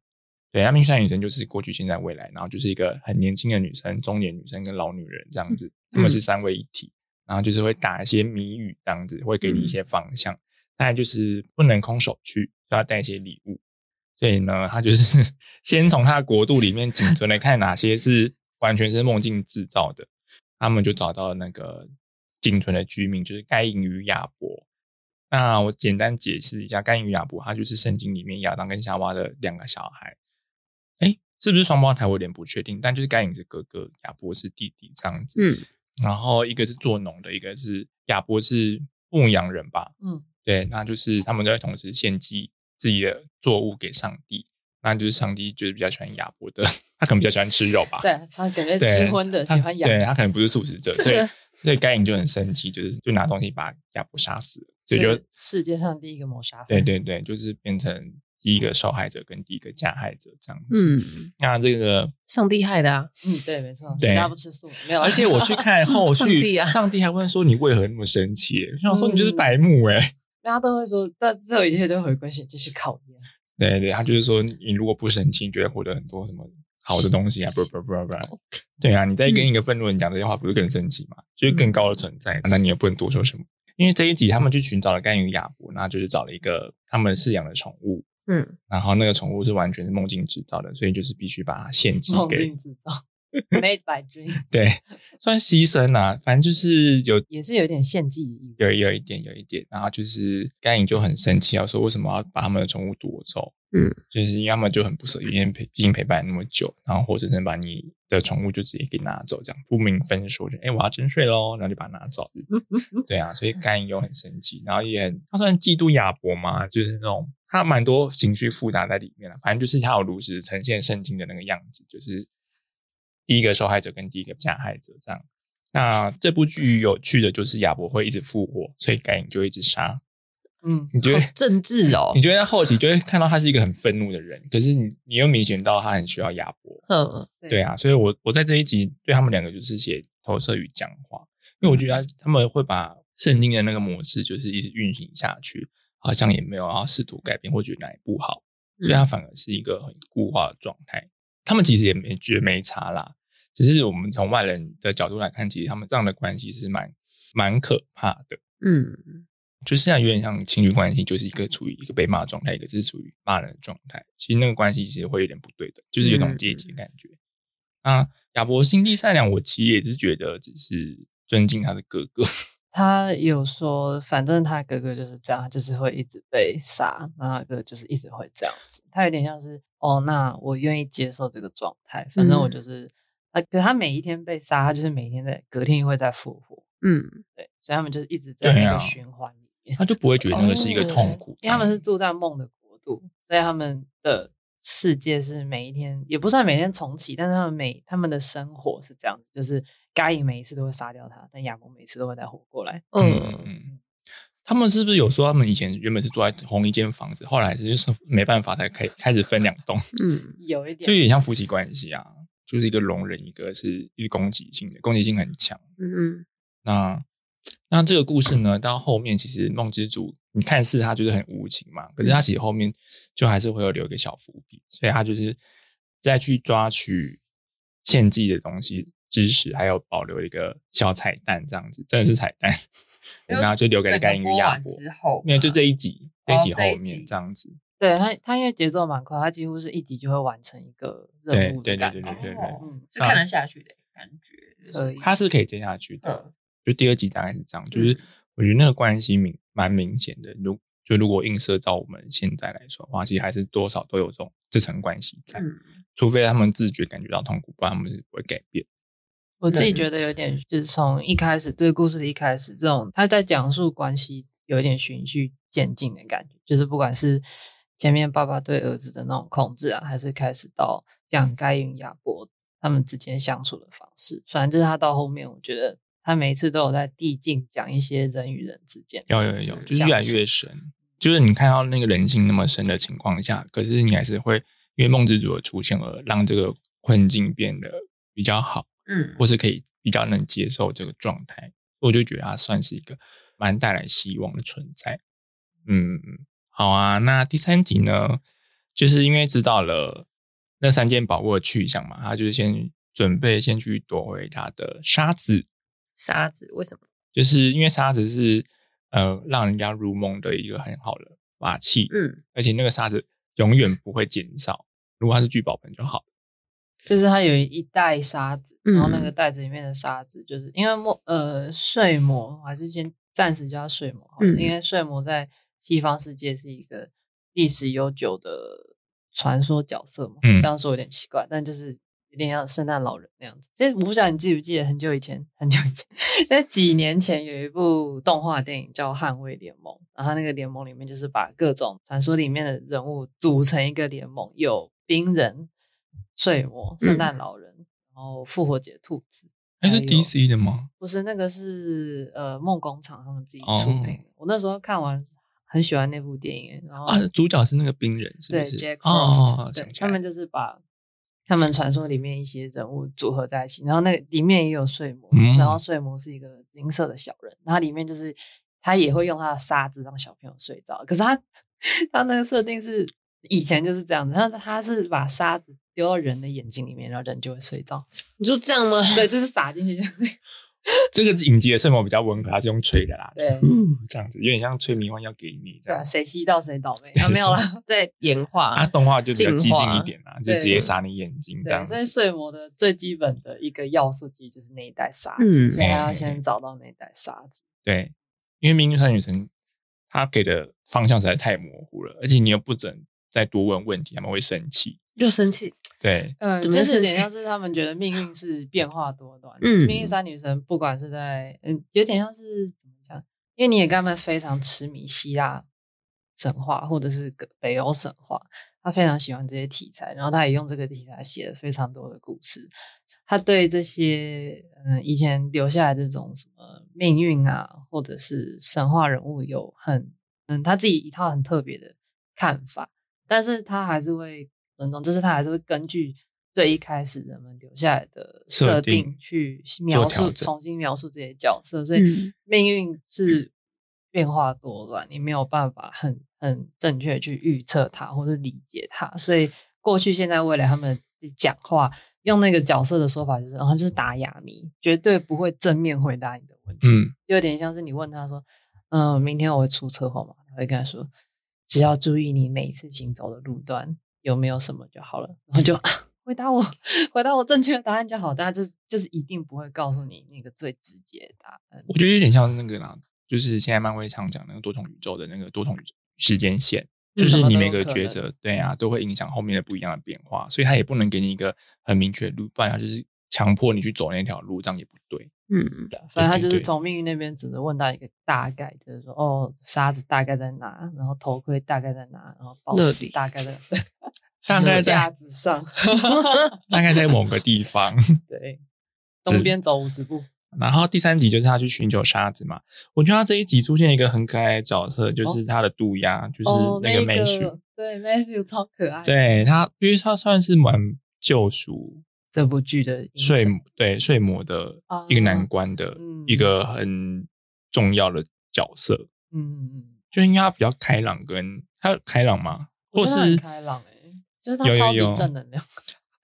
Speaker 2: 对，那命运三女神就是过去、现在、未来，然后就是一个很年轻的女生、中年女生跟老女人这样子，她们是三位一体，然后就是会打一些谜语这样子，会给你一些方向。当然就是不能空手去，就要带一些礼物。所以呢，他就是 先从他的国度里面仅存的看哪些是完全是梦境制造的，他们就找到了那个仅存的居民，就是该隐与亚伯。那我简单解释一下，该隐与亚伯，他就是圣经里面亚当跟夏娃的两个小孩。哎，是不是双胞胎？我有点不确定，但就是该隐是哥哥，亚伯是弟弟这样子。
Speaker 1: 嗯，
Speaker 2: 然后一个是做农的，一个是亚伯是牧羊人吧，
Speaker 3: 嗯，
Speaker 2: 对，那就是他们都在同时献祭自己的作物给上帝，那就是上帝就是比较喜欢亚伯的，他可能比较喜欢吃肉吧，
Speaker 3: 对， 他感觉
Speaker 2: 对，
Speaker 3: 吃荤的
Speaker 2: 他
Speaker 3: 喜欢
Speaker 2: 对
Speaker 3: 养，
Speaker 2: 他可能不是素食者，
Speaker 1: 这
Speaker 2: 所以
Speaker 1: 个
Speaker 2: 所以该隐就很生气，就是就拿东西把亚伯杀死了，所以就是
Speaker 3: 世界上第一个谋杀犯，
Speaker 2: 对对对，就是变成第一个受害者跟第一个加害者这样子。
Speaker 1: 嗯，
Speaker 2: 那 这个
Speaker 1: 上帝害的啊，
Speaker 3: 嗯，对，没错，
Speaker 2: 对
Speaker 3: 死大不吃素，没有啦，
Speaker 2: 而且我去看后续，
Speaker 1: 上帝啊
Speaker 2: 上帝还问说你为何那么生气？我想说你就是白目 哎、
Speaker 3: 大家都会说，但最后一切都回归性，就是考验。
Speaker 2: 对对，他就是说你如果不生气，你就会获得很多什么好的东西啊，不不不不不。对啊，
Speaker 3: 嗯
Speaker 2: 你在跟一个愤怒人讲这些话，不是更生气嘛？就是更高的存在，那你也不能多说什么。因为这一集他们去寻找了甘与亚伯，那就是找了一个他们饲养的宠物，
Speaker 1: 嗯，
Speaker 2: 然后那个宠物是完全是梦境制造的，所以就是必须把它献祭
Speaker 3: 梦
Speaker 2: 给
Speaker 3: 境制造，made by dream，
Speaker 2: 对，算牺牲啦、啊，反正就是有
Speaker 3: 也是有点献祭的意味。
Speaker 2: 有有一点有一点，然后就是甘颖就很生气啊，说为什么要把他们的宠物夺走？
Speaker 1: 嗯，
Speaker 2: 就是因为他们就很不舍，因为陪毕竟陪伴了那么久，然后活生生把你的宠物就直接给拿走，这样不明分说，就哎、我要征税喽，然后就把它拿走。对啊，所以甘颖又很生气，然后也很他算嫉妒亚伯嘛，就是那种他蛮多情绪复杂在里面啊了、反正就是他有如实呈现圣经的那个样子，就是第一个受害者跟第一个加害者这样。那这部剧有趣的就是亚伯会一直复活，所以该隐就会一直杀。
Speaker 3: 嗯，
Speaker 2: 你觉得
Speaker 1: 好政治 哦
Speaker 2: 你，觉得后期就会看到他是一个很愤怒的人，可是你你又明显到他很需要亚伯。
Speaker 1: 嗯，
Speaker 2: 对，啊，所以我我在这一集对他们两个就是写投射与讲话，因为我觉得他他们会把圣经的那个模式就是一直运行下去，好像也没有要试图改变或觉得哪一步好，所以
Speaker 3: 嗯
Speaker 2: 它反而是一个很固化的状态。他们其实也没觉得没差啦，只是我们从外人的角度来看，其实他们这样的关系是蛮蛮可怕的。
Speaker 1: 嗯，
Speaker 2: 就是现在有点像情侣关系，就是一个处于一个被骂的状态，一个是属于骂人的状态。其实那个关系其实会有点不对等，就是有种
Speaker 1: 嗯
Speaker 2: 阶级的感觉。啊，亚伯心地善良，我其实也是觉得只是尊敬他的哥 哥。
Speaker 3: 他有说，反正他哥哥就是这样，就是会一直被杀，那哥就是一直会这样子。他有点像是，哦，那我愿意接受这个状态，反正我
Speaker 1: 嗯
Speaker 3: 就是，啊，可他每一天被杀，他就是每一天在隔天会再复活，
Speaker 1: 嗯，
Speaker 3: 对，所以他们就是一直在
Speaker 2: 对
Speaker 3: 那
Speaker 2: 啊
Speaker 3: 个循环里面。
Speaker 2: 他就不会觉得那个是一个痛苦，
Speaker 3: 哦因为他们是住在梦的国度，所以他们的世界是每一天也不算每天重启，但是他们每他们的生活是这样子，就是该隐每一次都会杀掉他，但亚伯每次都会再活过来。
Speaker 2: 嗯
Speaker 1: 嗯，
Speaker 2: 嗯，他们是不是有说他们以前原本是住在同一间房子，后来是就是没办法才开开始分两栋，
Speaker 1: 嗯，
Speaker 3: 有一
Speaker 2: 就有
Speaker 3: 点，
Speaker 2: 点像夫妻关系啊，就是一个容忍，一个是一个攻击性的，攻击性很强。
Speaker 1: 嗯，
Speaker 2: 那那这个故事呢，到后面其实梦之主，你看似他就是很无情嘛，可
Speaker 1: 嗯
Speaker 2: 是他其实后面就还是会有留一个小伏笔，所以他就是再去抓取献祭的东西，知识，还有保留一个小彩蛋，这样子真的是彩 蛋，然后就留给了盖英
Speaker 1: 整
Speaker 2: 跟
Speaker 1: 个播
Speaker 2: 亚
Speaker 1: 完
Speaker 2: 博。
Speaker 1: 之后，
Speaker 2: 没有，就这一集，这一集
Speaker 1: 哦
Speaker 2: 后
Speaker 1: 这一集
Speaker 2: 面这样子。
Speaker 3: 对他，他因为节奏蛮快，他几乎是一集就会完成一个任务的
Speaker 2: 对对
Speaker 3: 感觉。
Speaker 2: 对对对对
Speaker 1: 哦
Speaker 3: 嗯，
Speaker 1: 是看得下去的感觉，就是
Speaker 3: 可以
Speaker 2: 它是可以接下去的
Speaker 1: 嗯。
Speaker 2: 就第二集大概是这样，就是我觉得那个关系明蛮明显的。如就如果映射到我们现在来说的话，其实还是多少都有这种这层关系在，
Speaker 1: 嗯，
Speaker 2: 除非他们自觉感觉到痛苦，不然他们是不会改变。
Speaker 3: 我自己
Speaker 1: 对
Speaker 3: 觉得有点，就是从一开始这个故事的一开始，这种他在讲述关系有一点循序渐进的感觉，就是不管是前面爸爸对儿子的那种控制啊，还是开始到讲该云亚伯他们之间相处的方式，反正就是他到后面，我觉得他每一次都有在递进讲一些人与人之间，
Speaker 2: 有有有，就是
Speaker 3: 相
Speaker 2: 越来
Speaker 3: 处
Speaker 2: 越深。就是你看到那个人性那么深的情况下，可是你还是会因为梦之主的出现而让这个困境变得比较好，
Speaker 1: 嗯，
Speaker 2: 或是可以比较能接受这个状态。我就觉得它算是一个蛮带来希望的存在。嗯，好啊。那第三集呢，就是因为知道了那三件宝物的去向嘛，他就是先准备先去夺回他的沙子，
Speaker 1: 沙子为什么？
Speaker 2: 就是因为沙子是呃让人家入梦的一个很好的法器，
Speaker 1: 嗯，
Speaker 2: 而且那个沙子永远不会减少，如果它是聚宝盆就好。
Speaker 3: 就是他有一袋沙子，然后那个
Speaker 1: 嗯
Speaker 3: 袋子里面的沙子，就是因为墨呃睡魔，我还是先暂时叫它睡魔好了，
Speaker 1: 嗯
Speaker 3: 因为睡魔在西方世界是一个历史悠久的传说角色嘛，
Speaker 2: 嗯
Speaker 3: 这样说有点奇怪，但就是有点像圣诞老人那样子。其实我不知道你记不记得，很久以前，很久以前，在几年前有一部动画电影叫《捍卫联盟》，然后那个联盟里面就是把各种传说里面的人物组成一个联盟，有冰人、睡魔、
Speaker 2: 嗯
Speaker 3: 圣诞老人，然后复活节兔子。
Speaker 2: 那是
Speaker 3: 还有
Speaker 2: DC 的吗？
Speaker 3: 不是那个是呃梦工厂他们自己
Speaker 2: 哦
Speaker 3: 出那个。我那时候看完很喜欢那部电影，然后、
Speaker 2: 啊，主角是那个冰人，是
Speaker 3: 对
Speaker 2: 不是？
Speaker 3: Jack
Speaker 2: 哦
Speaker 3: Frost，、
Speaker 2: 哦，哦
Speaker 3: 对
Speaker 2: 想起
Speaker 3: 他
Speaker 2: 来
Speaker 3: 们
Speaker 2: 了，
Speaker 3: 就是把他们传说里面一些人物组合在一起，然后那个里面也有睡魔，
Speaker 2: 嗯
Speaker 3: 然后睡魔是一个金色的小人，然后里面就是他也会用他的沙子让小朋友睡着，可是他他那个设定是以前就是这样子，他他是把沙子丢到人的眼睛里面，然后人就会睡着，
Speaker 1: 你就这样吗？
Speaker 3: 对，就是撒 进去这样子，
Speaker 2: 这个影集的圣魔比较温和，它是用吹的啦，
Speaker 3: 对
Speaker 2: 呼这样子有点像吹迷幻药给你这
Speaker 3: 对
Speaker 2: 样
Speaker 3: 啊，。谁吸到谁倒 霉啊，没有啦。
Speaker 1: 在演化
Speaker 2: 啊，动画就比较激
Speaker 1: 进
Speaker 2: 进
Speaker 1: 化
Speaker 2: 一点啊啦，就直接撒你眼睛这样
Speaker 3: 对，
Speaker 2: 子
Speaker 3: 所以。睡魔的最基本的一个要素其实就是那一袋沙子，
Speaker 1: 嗯
Speaker 3: 所以他要
Speaker 2: 嘿嘿
Speaker 3: 先
Speaker 2: 嘿
Speaker 3: 找到那一袋沙子。
Speaker 2: 对，因为命运三女神她给的方向实在太模糊了，而且你又不准再多问问题，他们会生气。
Speaker 1: 又生气，
Speaker 2: 对，
Speaker 3: 嗯，
Speaker 1: 怎
Speaker 3: 就
Speaker 1: 么
Speaker 3: 是有
Speaker 1: 是
Speaker 3: 点像是他们觉得命运是变化多 端。
Speaker 1: 嗯
Speaker 3: 命运三女神不管是在嗯，有点像是怎么讲，因为你也跟他们非常痴迷希腊神话或者是个北欧神话，他非常喜欢这些题材，然后他也用这个题材写了非常多的故事。他对这些嗯以前留下来这种什么命运啊，或者是神话人物有很嗯他自己一套很特别的看法，但是他还是会尊重，就是他还是会根据最一开始人们留下来的
Speaker 2: 设
Speaker 3: 设
Speaker 2: 定
Speaker 3: 定去
Speaker 2: 做
Speaker 3: 描
Speaker 2: 调
Speaker 3: 述，
Speaker 2: 整
Speaker 3: 重新描述这些角色，所以
Speaker 1: 嗯
Speaker 3: 命运是变化多端，你没有办法很很正确地去预测它或者理解它，所以过去、现在、未来他们讲话用那个角色的说法就是，然、后就是打哑谜，绝对不会正面回答你的问题，
Speaker 2: 嗯，
Speaker 3: 就有点像是你问他说，嗯、明天我会出车祸吗？他会跟他说，只要注意你每一次行走的路段有没有什么就好了，然后
Speaker 2: 嗯
Speaker 3: 就。 回答我，回答我正确的答案就好，但就是就是一定不会告诉你那个最直接的答案。
Speaker 2: 我觉得有点像那个啦，就是现在漫威常讲那个多重宇宙的那个多重宇宙时间线，
Speaker 3: 嗯
Speaker 2: 就是
Speaker 3: 什么
Speaker 2: 你
Speaker 3: 都
Speaker 2: 每
Speaker 3: 有
Speaker 2: 个
Speaker 3: 可
Speaker 2: 抉
Speaker 3: 能
Speaker 2: 择，对啊，都会影响后面的不一样的变化，所以它也不能给你一个很明确的路，不然它就是强迫你去走那条路，这样也不对。
Speaker 1: 嗯，
Speaker 3: 啊反正他
Speaker 2: 对
Speaker 3: 就
Speaker 2: 对
Speaker 3: 是
Speaker 2: 对
Speaker 3: 从命运那边只能问到一个大概，就是说哦，沙子大概在哪，然后头盔大概在哪，然后宝
Speaker 1: 那
Speaker 3: 石
Speaker 1: 里
Speaker 3: 大概在
Speaker 2: 大概
Speaker 3: 架
Speaker 2: 在
Speaker 3: 子上，
Speaker 2: 大概在某个 地方，
Speaker 3: 对，东边走五十步，
Speaker 2: 然后第三集就是他去寻求沙子嘛。我觉得他这一集出现一个很可爱的角色，就是他的渡鸦，就是
Speaker 3: 哦，
Speaker 2: 那
Speaker 3: 个
Speaker 2: 个美雪，
Speaker 3: 对 Matthew 超可爱，
Speaker 2: 对他，因为他算是蛮救赎
Speaker 3: 这部剧的影响
Speaker 2: 睡魔对睡魔的一个难关的、
Speaker 3: 嗯
Speaker 2: 一个很重要的角色，
Speaker 3: 嗯嗯嗯，
Speaker 2: 就应该他比较开朗跟，他开朗吗？
Speaker 3: 我
Speaker 2: 或
Speaker 3: 觉得他很
Speaker 2: 是
Speaker 3: 开朗哎，就是他
Speaker 2: 有
Speaker 3: 超
Speaker 2: 有
Speaker 3: 级
Speaker 2: 有
Speaker 3: 正能量，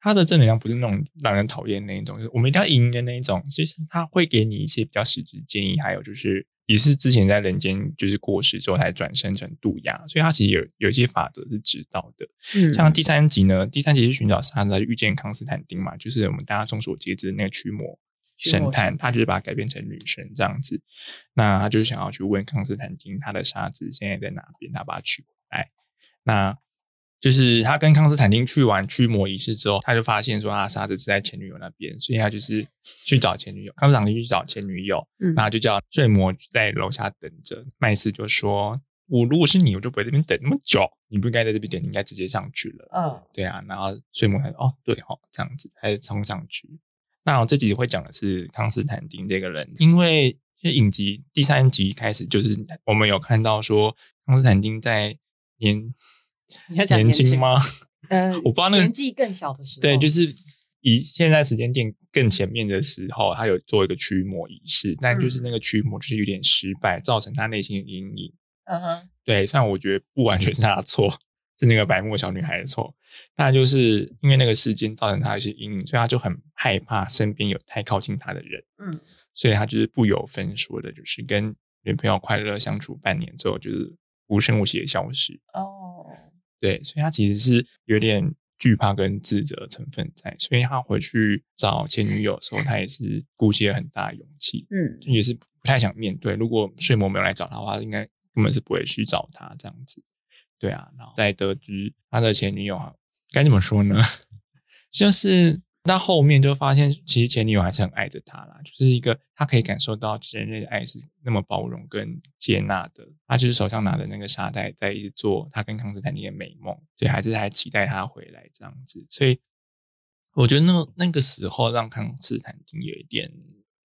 Speaker 2: 他的正能量不是那种让人讨厌那一种，就是我们一定要赢的那一种。其实他会给你一些比较实质建议，还有就是也是之前在人间就是过世之后才转生成渡鸦，所以他其实有有一些法则是知道的。
Speaker 1: 嗯
Speaker 2: 像第三集呢，第三集是寻找他的遇见康斯坦丁嘛，就是我们大家众所皆知的那个驱魔
Speaker 3: 驱魔
Speaker 2: 神探，
Speaker 3: 神
Speaker 2: 他就是把它改变成女神这样子。那他就是想要去问康斯坦丁，他的沙子现在在哪边，他把它取回来。那就是他跟康斯坦丁去完驱魔仪式之后，他就发现说他的沙子是在前女友那边，所以他就是去找前女友。康斯坦丁去找前女友，
Speaker 1: 嗯
Speaker 2: 然后就叫睡魔在楼下等着。麦斯就说：“我如果是你，我就不会在这边等那么久，你不应该在这边等，你应该直接上去了。”
Speaker 3: 嗯，
Speaker 2: 对啊，然后睡魔才说哦，对哦，这样子，他就冲上去。那我这集会讲的是康斯坦丁这个人，因为这影集第三集开始就是我们有看到说康斯坦丁在年
Speaker 3: 你要讲年
Speaker 2: 轻
Speaker 3: 轻
Speaker 2: 吗？
Speaker 3: 呃，
Speaker 2: 我不知道那个
Speaker 3: 年纪更小的时候，
Speaker 2: 对，就是以现在时间点更前面的时候，他有做一个驱魔仪式，但就是
Speaker 3: 嗯
Speaker 2: 那个驱魔就是有点失败，造成他内心的阴影。
Speaker 1: 嗯哼，
Speaker 2: 对，虽然我觉得不完全是他的错，是那个白目小女孩的错，那就是因为那个事件造成他一些阴影，所以他就很害怕身边有太靠近他的人，
Speaker 1: 嗯，
Speaker 2: 所以他就是不由分说的，就是跟女朋友快乐相处半年之后，就是无声无息的消失。
Speaker 1: 哦，
Speaker 2: 对，所以他其实是有点惧怕跟自责成分在，所以他回去找前女友的时候，他也是鼓起了很大的勇气，
Speaker 1: 嗯
Speaker 2: 也是不太想面对。如果睡魔没有来找他的话，应该根本是不会去找他这样子。对啊，然后再得知他的前女友啊，该怎么说呢？ 就是到后面就发现，其实前女友还是很爱着他啦，就是一个他可以感受到前任的爱是那么包容跟接纳的。他就是手上拿着那个沙袋，在一直做他跟康斯坦丁的美梦，所以还是还期待他回来这样子。所以我觉得那那个时候让康斯坦丁有一点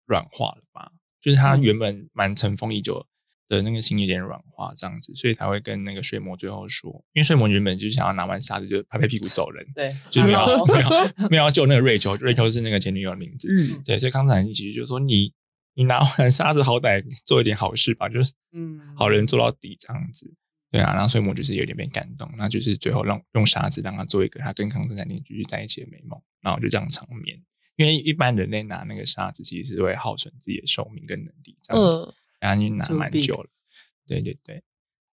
Speaker 2: 软化了吧，就是他原本蛮尘封已久的那个心有点软化这样子，所以才会跟那个睡魔最后说，因为睡魔原本就是想要拿完沙子就拍拍屁股走人，
Speaker 3: 对，嗯
Speaker 2: 就是没啊有
Speaker 3: Hello
Speaker 2: 没有没有要救那个瑞秋，瑞秋是那个前女友的名字。
Speaker 1: 嗯
Speaker 2: 对，所以康斯坦丁其实就说你你拿完沙子，好歹做一点好事吧，就是
Speaker 3: 嗯
Speaker 2: 好人做到底这样子。对啊，然后所以我就是有点被感动，那就是最后让用沙子让他做一个他跟康斯坦丁继续在一起的美梦，然后就这样长眠。因为一般人类拿那个沙子其实是会耗损自己的寿命跟能力这样子。
Speaker 1: 呃，
Speaker 2: 然后你拿
Speaker 3: Too
Speaker 2: 蛮
Speaker 3: big
Speaker 2: 久了。对对对，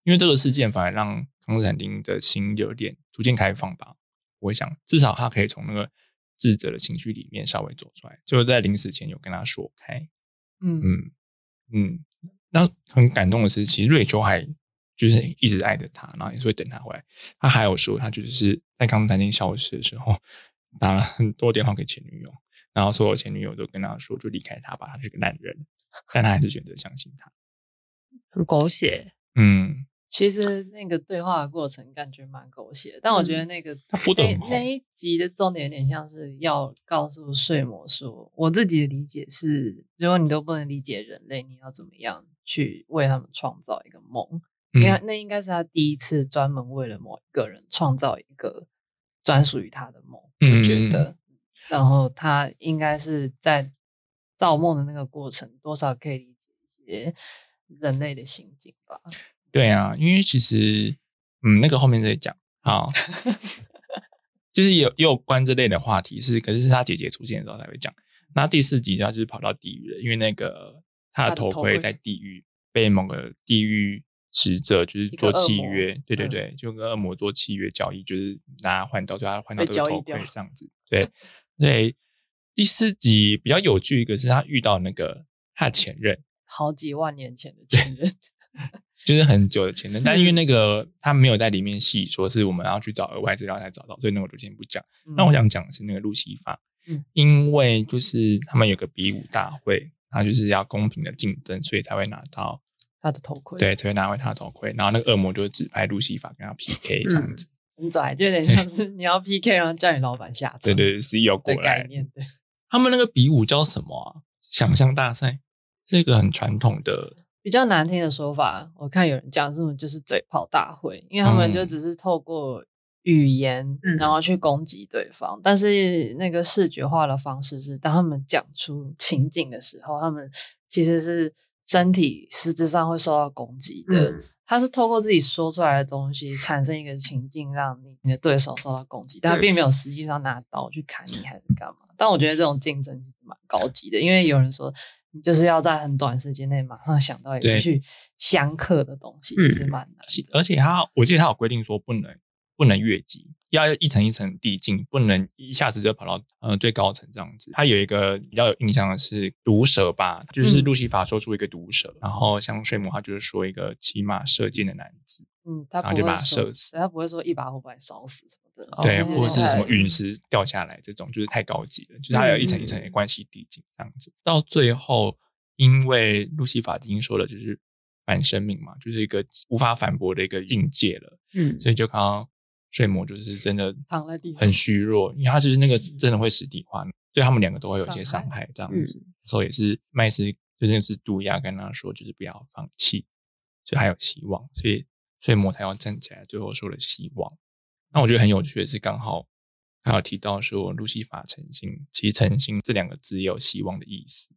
Speaker 2: 因为这个事件反而让康斯坦丁的心有点逐渐开放吧。我想，至少他可以从那个自责的情绪里面稍微走出来。就在临死前有跟他说开，
Speaker 3: 嗯
Speaker 2: 嗯嗯。那很感动的是，其实瑞秋还就是一直爱着他，然后也是会等他回来。他还有说，他就是在康斯坦丁消失的时候，打了很多电话给前女友，然后所有前女友都跟他说，就离开他吧，他是个烂人。但他还是选择相信他。
Speaker 1: 很狗血，
Speaker 2: 嗯，
Speaker 3: 其实那个对话的过程感觉蛮狗血，但我觉得那个、
Speaker 2: 嗯他播得
Speaker 3: 那
Speaker 2: 很好
Speaker 3: 那一集的重点有点像是要告诉睡魔说，我自己的理解是，如果你都不能理解人类，你要怎么样去为他们创造一个梦？
Speaker 2: 嗯
Speaker 3: 因为那应该是他第一次专门为了某一个人创造一个专属于他的梦，
Speaker 2: 嗯
Speaker 3: 我觉得。然后他应该是在造梦的那个过程，多少可以理解一些人类的心境吧。
Speaker 2: 对啊，因为其实嗯，那个后面再讲。好，就是有也有关这类的话题是，可是是他姐姐出现的时候才会讲。那第四集他就是跑到地狱了，因为那个他的头盔在地狱被某个地狱使者就是做契约，对对对，就跟恶魔做契约交易，就是拿他换到，就他换到这个
Speaker 3: 被交
Speaker 2: 头
Speaker 3: 易掉
Speaker 2: 盔这样子。对对，第四集比较有趣一个是他遇到那个他的前任，
Speaker 3: 好几万年前的前任，
Speaker 2: 就是很久的前任，
Speaker 3: 嗯
Speaker 2: 但因为那个他没有在里面细说，是我们要去找额外资料才找到，所以那个我就先不讲。那我想讲的是那个路西法，
Speaker 3: 嗯
Speaker 2: 因为就是他们有个比武大会，他就是要公平的竞争，所以才会拿到
Speaker 3: 他的头盔，，
Speaker 2: 对，才会拿回他的头盔，然后那个恶魔就指派路西法跟他 PK
Speaker 3: 嗯
Speaker 2: 这样子，
Speaker 3: 很拽，就有点像是你要 PK，然后叫你老板下场，
Speaker 2: 对对对，CEO 过
Speaker 3: 的概
Speaker 2: 来，
Speaker 3: 念，对，
Speaker 2: 他们那个比武叫什么啊？想象大赛，是一个很传统的，
Speaker 3: 比较难听的说法，我看有人讲是什么就是嘴炮大会，因为他们就
Speaker 2: 嗯
Speaker 3: 只是透过语言，
Speaker 1: 嗯
Speaker 3: 然后去攻击对方，但是那个视觉化的方式是，当他们讲出情景的时候，他们其实是身体实质上会受到攻击的，
Speaker 1: 嗯
Speaker 3: 他是透过自己说出来的东西产生一个情境，让你你的对手受到攻击，但他并没有实际上拿刀去砍你还是干嘛。但我觉得这种竞争其实蛮高级的，因为有人说你就是要在很短时间内马上想到一个
Speaker 2: 对
Speaker 3: 去相克的东西，其实
Speaker 1: 嗯
Speaker 3: 蛮难
Speaker 2: 其
Speaker 3: 的。
Speaker 2: 而且他我记得他有规定说不能不能越级，要一层一层递进，不能一下子就跑到呃最高层这样子。他有一个比较有印象的是毒蛇吧，就是
Speaker 3: 嗯
Speaker 2: 路西法说出一个毒蛇，然后像睡魔他就是说一个骑马射箭的男子，
Speaker 3: 嗯，他
Speaker 2: 然后
Speaker 3: 不
Speaker 2: 就
Speaker 3: 会
Speaker 2: 把他
Speaker 3: 说
Speaker 2: 射死
Speaker 3: 对他不会说一把火把你烧死什么的，
Speaker 1: 哦
Speaker 2: 对，
Speaker 1: 是
Speaker 2: 或者是
Speaker 1: 厉害
Speaker 2: 什么陨石掉下来这种，就是太高级了，就是它有一层一
Speaker 1: 嗯
Speaker 2: 层的关系递进这样子。到最后，因为路西法已经说了，就是反生命嘛，就是一个无法反驳的一个境界了。
Speaker 1: 嗯，
Speaker 2: 所以就看到睡魔就是真的
Speaker 3: 躺在地上
Speaker 2: 很虚弱，因为他就是那个真的会实体化，对他们两个都会有一些伤害这样子。所以也是麦斯就真的是杜亚跟他啊说，就是不要放弃，就还有希望，所以睡魔才要站起来，最后说了希望。那我觉得很有趣的是，刚好还有提到说路西法诚心，其实诚心这两个字也有希望的意思，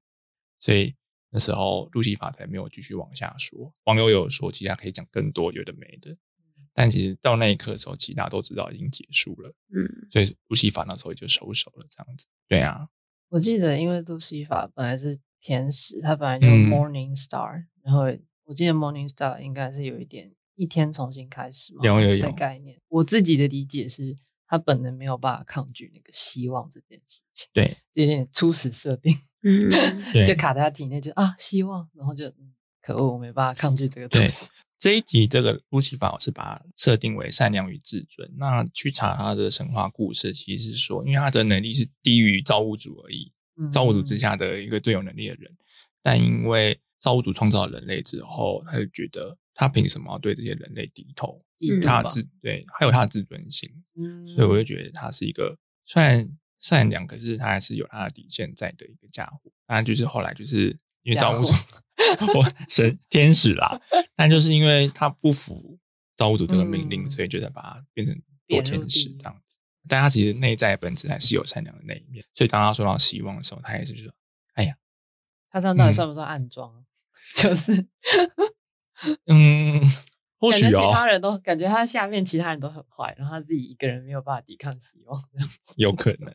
Speaker 2: 所以。那时候路西法才没有继续往下说，网友有说，其实他可以讲更多有的没的，但其实到那一刻的时候，其实大家都知道已经结束了，
Speaker 1: 嗯，
Speaker 2: 所以路西法那时候也就收手了，这样子。对啊，
Speaker 3: 我记得，因为路西法本来是天使，他本来就
Speaker 2: 嗯
Speaker 3: Morning Star，、然后我记得 Morning Star 应该是有一点一天重新开始嘛
Speaker 2: 有有
Speaker 3: 的
Speaker 2: 有，
Speaker 3: 概念。我自己的理解是，他本能没有办法抗拒那个希望这件事情，
Speaker 2: 对
Speaker 3: 有点初始设定，
Speaker 1: 嗯，
Speaker 2: 对
Speaker 3: 就卡在他体内就，啊希望，然后就、嗯、可恶，我没办法抗拒这个东
Speaker 2: 对
Speaker 3: 西。
Speaker 2: 这一集这个路西法我是把它设定为善良与自尊。那去查他的神话故事，其实是说，因为他的能力是低于造物主而已，
Speaker 3: 嗯
Speaker 2: 造物主之下的一个最有能力的人，但因为造物主创造了人类之后，他就觉得他凭什么要对这些人类低头？
Speaker 3: 嫉妒
Speaker 2: 他
Speaker 3: 吧
Speaker 2: 的自对，还有他的自尊心，
Speaker 3: 嗯
Speaker 2: 所以我就觉得他是一个虽然善良，可是他还是有他的底线在的一个家伙。那就是后来就是因为
Speaker 3: 家
Speaker 2: 造
Speaker 3: 伙
Speaker 2: 物主， 我神天使啦，但就是因为他不服造物主这个命令，
Speaker 3: 嗯
Speaker 2: 所以就得把他变成堕
Speaker 3: 贬入
Speaker 2: 天使
Speaker 3: 地狱
Speaker 2: 这样子。但他其实内在本质还是有善良的那一面，所以当他受到希望的时候，他也是说
Speaker 3: 他这样到底
Speaker 2: 嗯
Speaker 3: 算不算暗装？ 就是
Speaker 2: 嗯， 或
Speaker 3: 感
Speaker 2: 许
Speaker 3: 觉其
Speaker 2: 哦，
Speaker 3: 他人都感觉他下面其他人都很坏，然后他自己一个人没有办法抵抗希望，这样
Speaker 2: 有可能。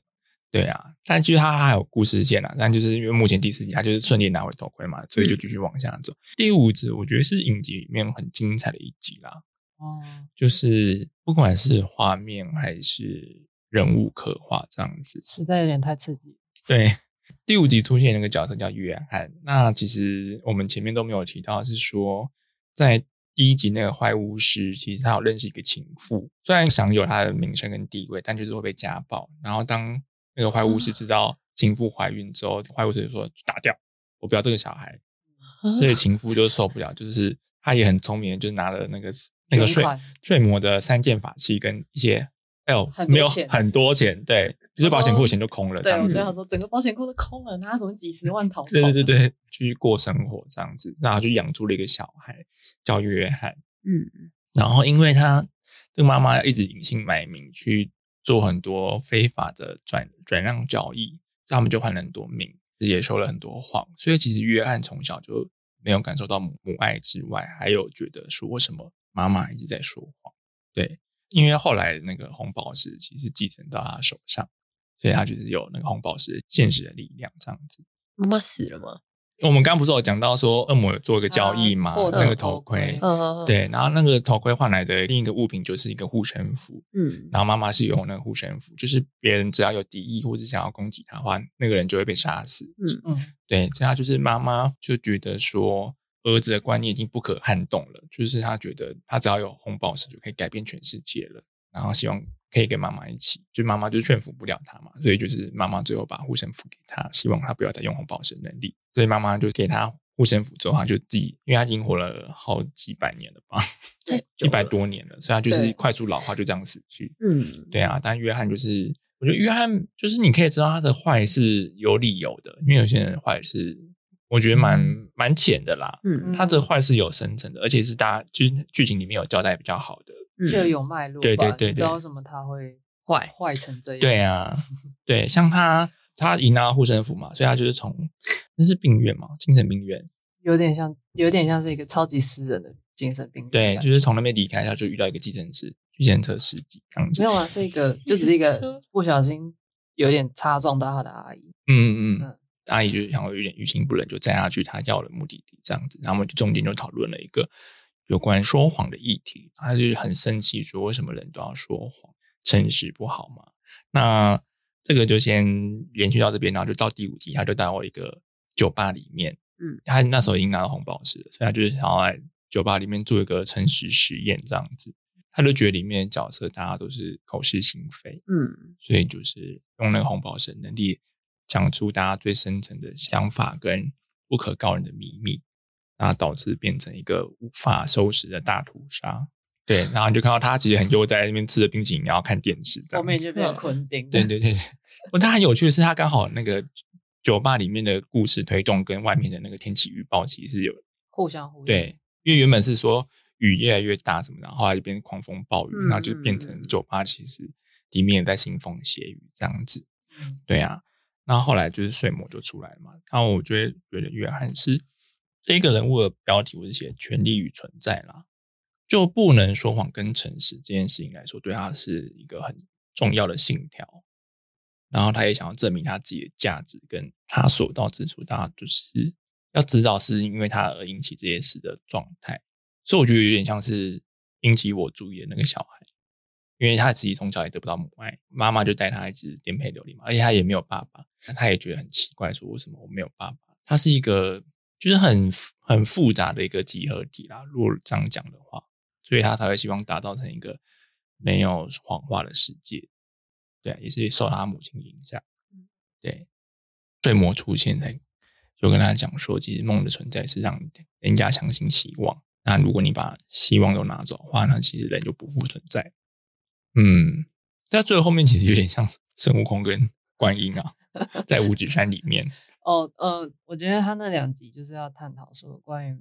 Speaker 2: 对啊，但其实他还有故事线啊，但就是因为目前第四集他就是顺利拿回头盔嘛，所以就继续往下走。第五集我觉得是影集里面很精彩的一集啦，
Speaker 3: 哦，
Speaker 2: 就是不管是画面还是人物刻画这样子。
Speaker 3: 实在有点太刺激。
Speaker 2: 对，第五集出现那个角色叫约翰，那其实我们前面都没有提到，是说在第一集那个坏巫师，其实他有认识一个情妇，虽然享有他的名声跟地位，但就是会被家暴。然后当那个坏巫师知道情妇怀孕之后，坏巫师就说打掉，我不要这个小孩。
Speaker 3: 啊
Speaker 2: 所以情妇就受不了，就是他也很聪明，就是拿了那个那个
Speaker 3: 捐
Speaker 2: 睡
Speaker 3: 款
Speaker 2: 睡魔的三件法器跟一些。哎呦
Speaker 3: 很，多
Speaker 2: 没有
Speaker 3: 钱
Speaker 2: 很多钱，对，就是保险库的钱就空了，这
Speaker 3: 对，
Speaker 2: 样
Speaker 3: 我
Speaker 2: 子。
Speaker 3: 这样说，整个保险库都空了，拿什么几十万逃跑？
Speaker 2: 嗯对对对，对，去过生活这样子，然后就养出了一个小孩叫约翰，
Speaker 1: 嗯，
Speaker 2: 然后因为他这个妈妈一直隐姓埋名去做很多非法的转转让交易，所以他们就换了很多命，也说了很多谎，所以其实约翰从小就没有感受到母母爱之外，还有觉得说为什么妈妈一直在说谎，对，因为后来那个红宝石其实继承到他手上，所以他就是有那个红宝石现实的力量这样子。
Speaker 1: 妈妈死了吗？
Speaker 2: 我们刚不是有讲到说恶魔有做一个交易嘛，
Speaker 3: 啊获得
Speaker 2: 那个头
Speaker 3: 头
Speaker 2: 盔
Speaker 3: 盔，
Speaker 1: 嗯，，
Speaker 2: 对，然后那个头盔换来的另一个物品就是一个护身符，
Speaker 1: 嗯，
Speaker 2: 然后妈妈是用那个护身符，就是别人只要有敌意或者想要攻击他的话，那个人就会被杀死。
Speaker 1: 嗯
Speaker 3: 嗯，
Speaker 2: 对，这样就是妈妈就觉得说儿子的观念已经不可撼动了，就是他觉得他只要有红宝石就可以改变全世界了，然后希望可以跟妈妈一起，就妈妈就劝服不了他嘛，所以就是妈妈最后把护身符给他，希望他不要再用红宝石的能力，所以妈妈就给他护身符之后，他就自己，因为他已经活了好几百年了吧，
Speaker 1: 太久
Speaker 2: 一百
Speaker 1: 了，
Speaker 2: 多年了，所以他就是
Speaker 3: 对
Speaker 2: 快速老化，就这样死去。
Speaker 1: 嗯，
Speaker 2: 对啊，但约翰就是，我觉得约翰就是你可以知道他的坏是有理由的，因为有些人的坏是我觉得蛮蛮浅的啦，
Speaker 1: 嗯，
Speaker 2: 他的坏是有深层的，而且是大家就是剧情里面有交代比较好的。
Speaker 1: 嗯
Speaker 3: 就有脉络吧，
Speaker 2: 对对对对
Speaker 3: 你知道为什么他会
Speaker 1: 坏
Speaker 3: 坏成这样？
Speaker 2: 对啊，对，像他他赢了护身符嘛，所以他就是从那是病院嘛，精神病院，
Speaker 3: 有点像，有点像是一个超级诗人的精神病院
Speaker 2: 对，
Speaker 3: 吧
Speaker 2: 就是从那边离开，他就遇到一个计程师，计程车司机这样子。
Speaker 3: 没有啊，是一个就只是一 个不小心有点擦撞到他的阿姨，
Speaker 2: 嗯嗯嗯
Speaker 3: 嗯，
Speaker 2: 阿姨就是想要有点于心不忍，就载她去她要的目的地这样子。然后我们就中间就讨论了一个有关说谎的议题，她就是很生气，说为什么人都要说谎，诚实不好吗？那这个就先延续到这边，然后就到第五集，她就到一个酒吧里面，
Speaker 1: 嗯，
Speaker 2: 她那时候已经拿到红宝石了，所以她就是想要来酒吧里面做一个诚实实验这样子。她就觉得里面的角色大家都是口是心非，
Speaker 1: 嗯，
Speaker 2: 所以就是用那个红宝石的能力，讲出大家最深层的想法跟不可告人的秘密，那导致变成一个无法收拾的大屠杀。对，然后你就看到他其实很悠哉在那边吃着冰淇淋，然后看电视这
Speaker 3: 后
Speaker 2: 样
Speaker 3: 面
Speaker 2: 子。嗯
Speaker 3: 就变成昆汀。
Speaker 2: 对对对，不，他很有趣的是，他刚好那个酒吧里面的故事推动跟外面的那个天气预报其实是有
Speaker 3: 互相呼应。
Speaker 2: 对，因为原本是说雨越来越大什么的，然后后来就变成狂风暴雨，
Speaker 1: 嗯
Speaker 2: 然后就变成酒吧其实里面也在腥风血雨这样子。
Speaker 3: 嗯
Speaker 2: 对啊，那后来就是睡魔就出来了嘛。然后我就会觉得约翰是这个人物的标题，我是写“权力与存在”啦，就不能说谎跟诚实这件事情来说，对他是一个很重要的信条。然后他也想要证明他自己的价值，跟他所到之处，大家就是要知道是因为他而引起这些事的状态。所以我觉得有点像是引起我注意的那个小孩，因为他其实从小也得不到母爱，妈妈就带他一直颠沛流离嘛，而且他也没有爸爸，那他也觉得很奇怪，说为什么我没有爸爸？他是一个就是很很复杂的一个集合体啦，如果这样讲的话，所以他才会希望打造成一个没有谎话的世界。对啊，也是受他母亲影响。对，睡魔出现才就跟他讲说，其实梦的存在是让人家相信希望。那如果你把希望都拿走的话，那其实人就不复存在。嗯，但最后面其实有点像孙悟空跟观音啊，在五指山里面。
Speaker 3: 哦，呃，我觉得他那两集就是要探讨说关于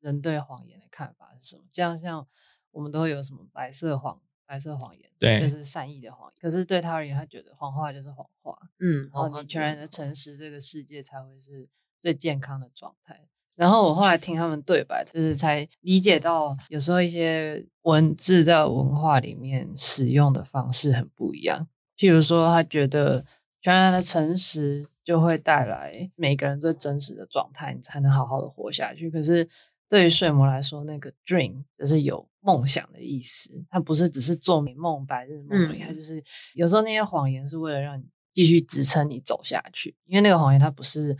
Speaker 3: 人对谎言的看法是什么。这样像我们都会有什么白色谎、白色谎言，
Speaker 2: 对
Speaker 3: 就是善意的谎言。可是对他而言，他觉得谎话就是谎话，
Speaker 1: 嗯，
Speaker 3: 然哦后你全然的诚实，这个世界才会是最健康的状态。然后我后来听他们对白，就是才理解到，有时候一些文字在文化里面使用的方式很不一样。譬如说，他觉得全然的诚实就会带来每个人最真实的状态，你才能好好的活下去。可是对于睡魔来说，那个 dream 就是有梦想的意思，它不是只是做美梦、白日梦而已，
Speaker 1: 嗯
Speaker 3: 它就是有时候那些谎言是为了让你继续支撑你走下去，因为那个谎言它不是，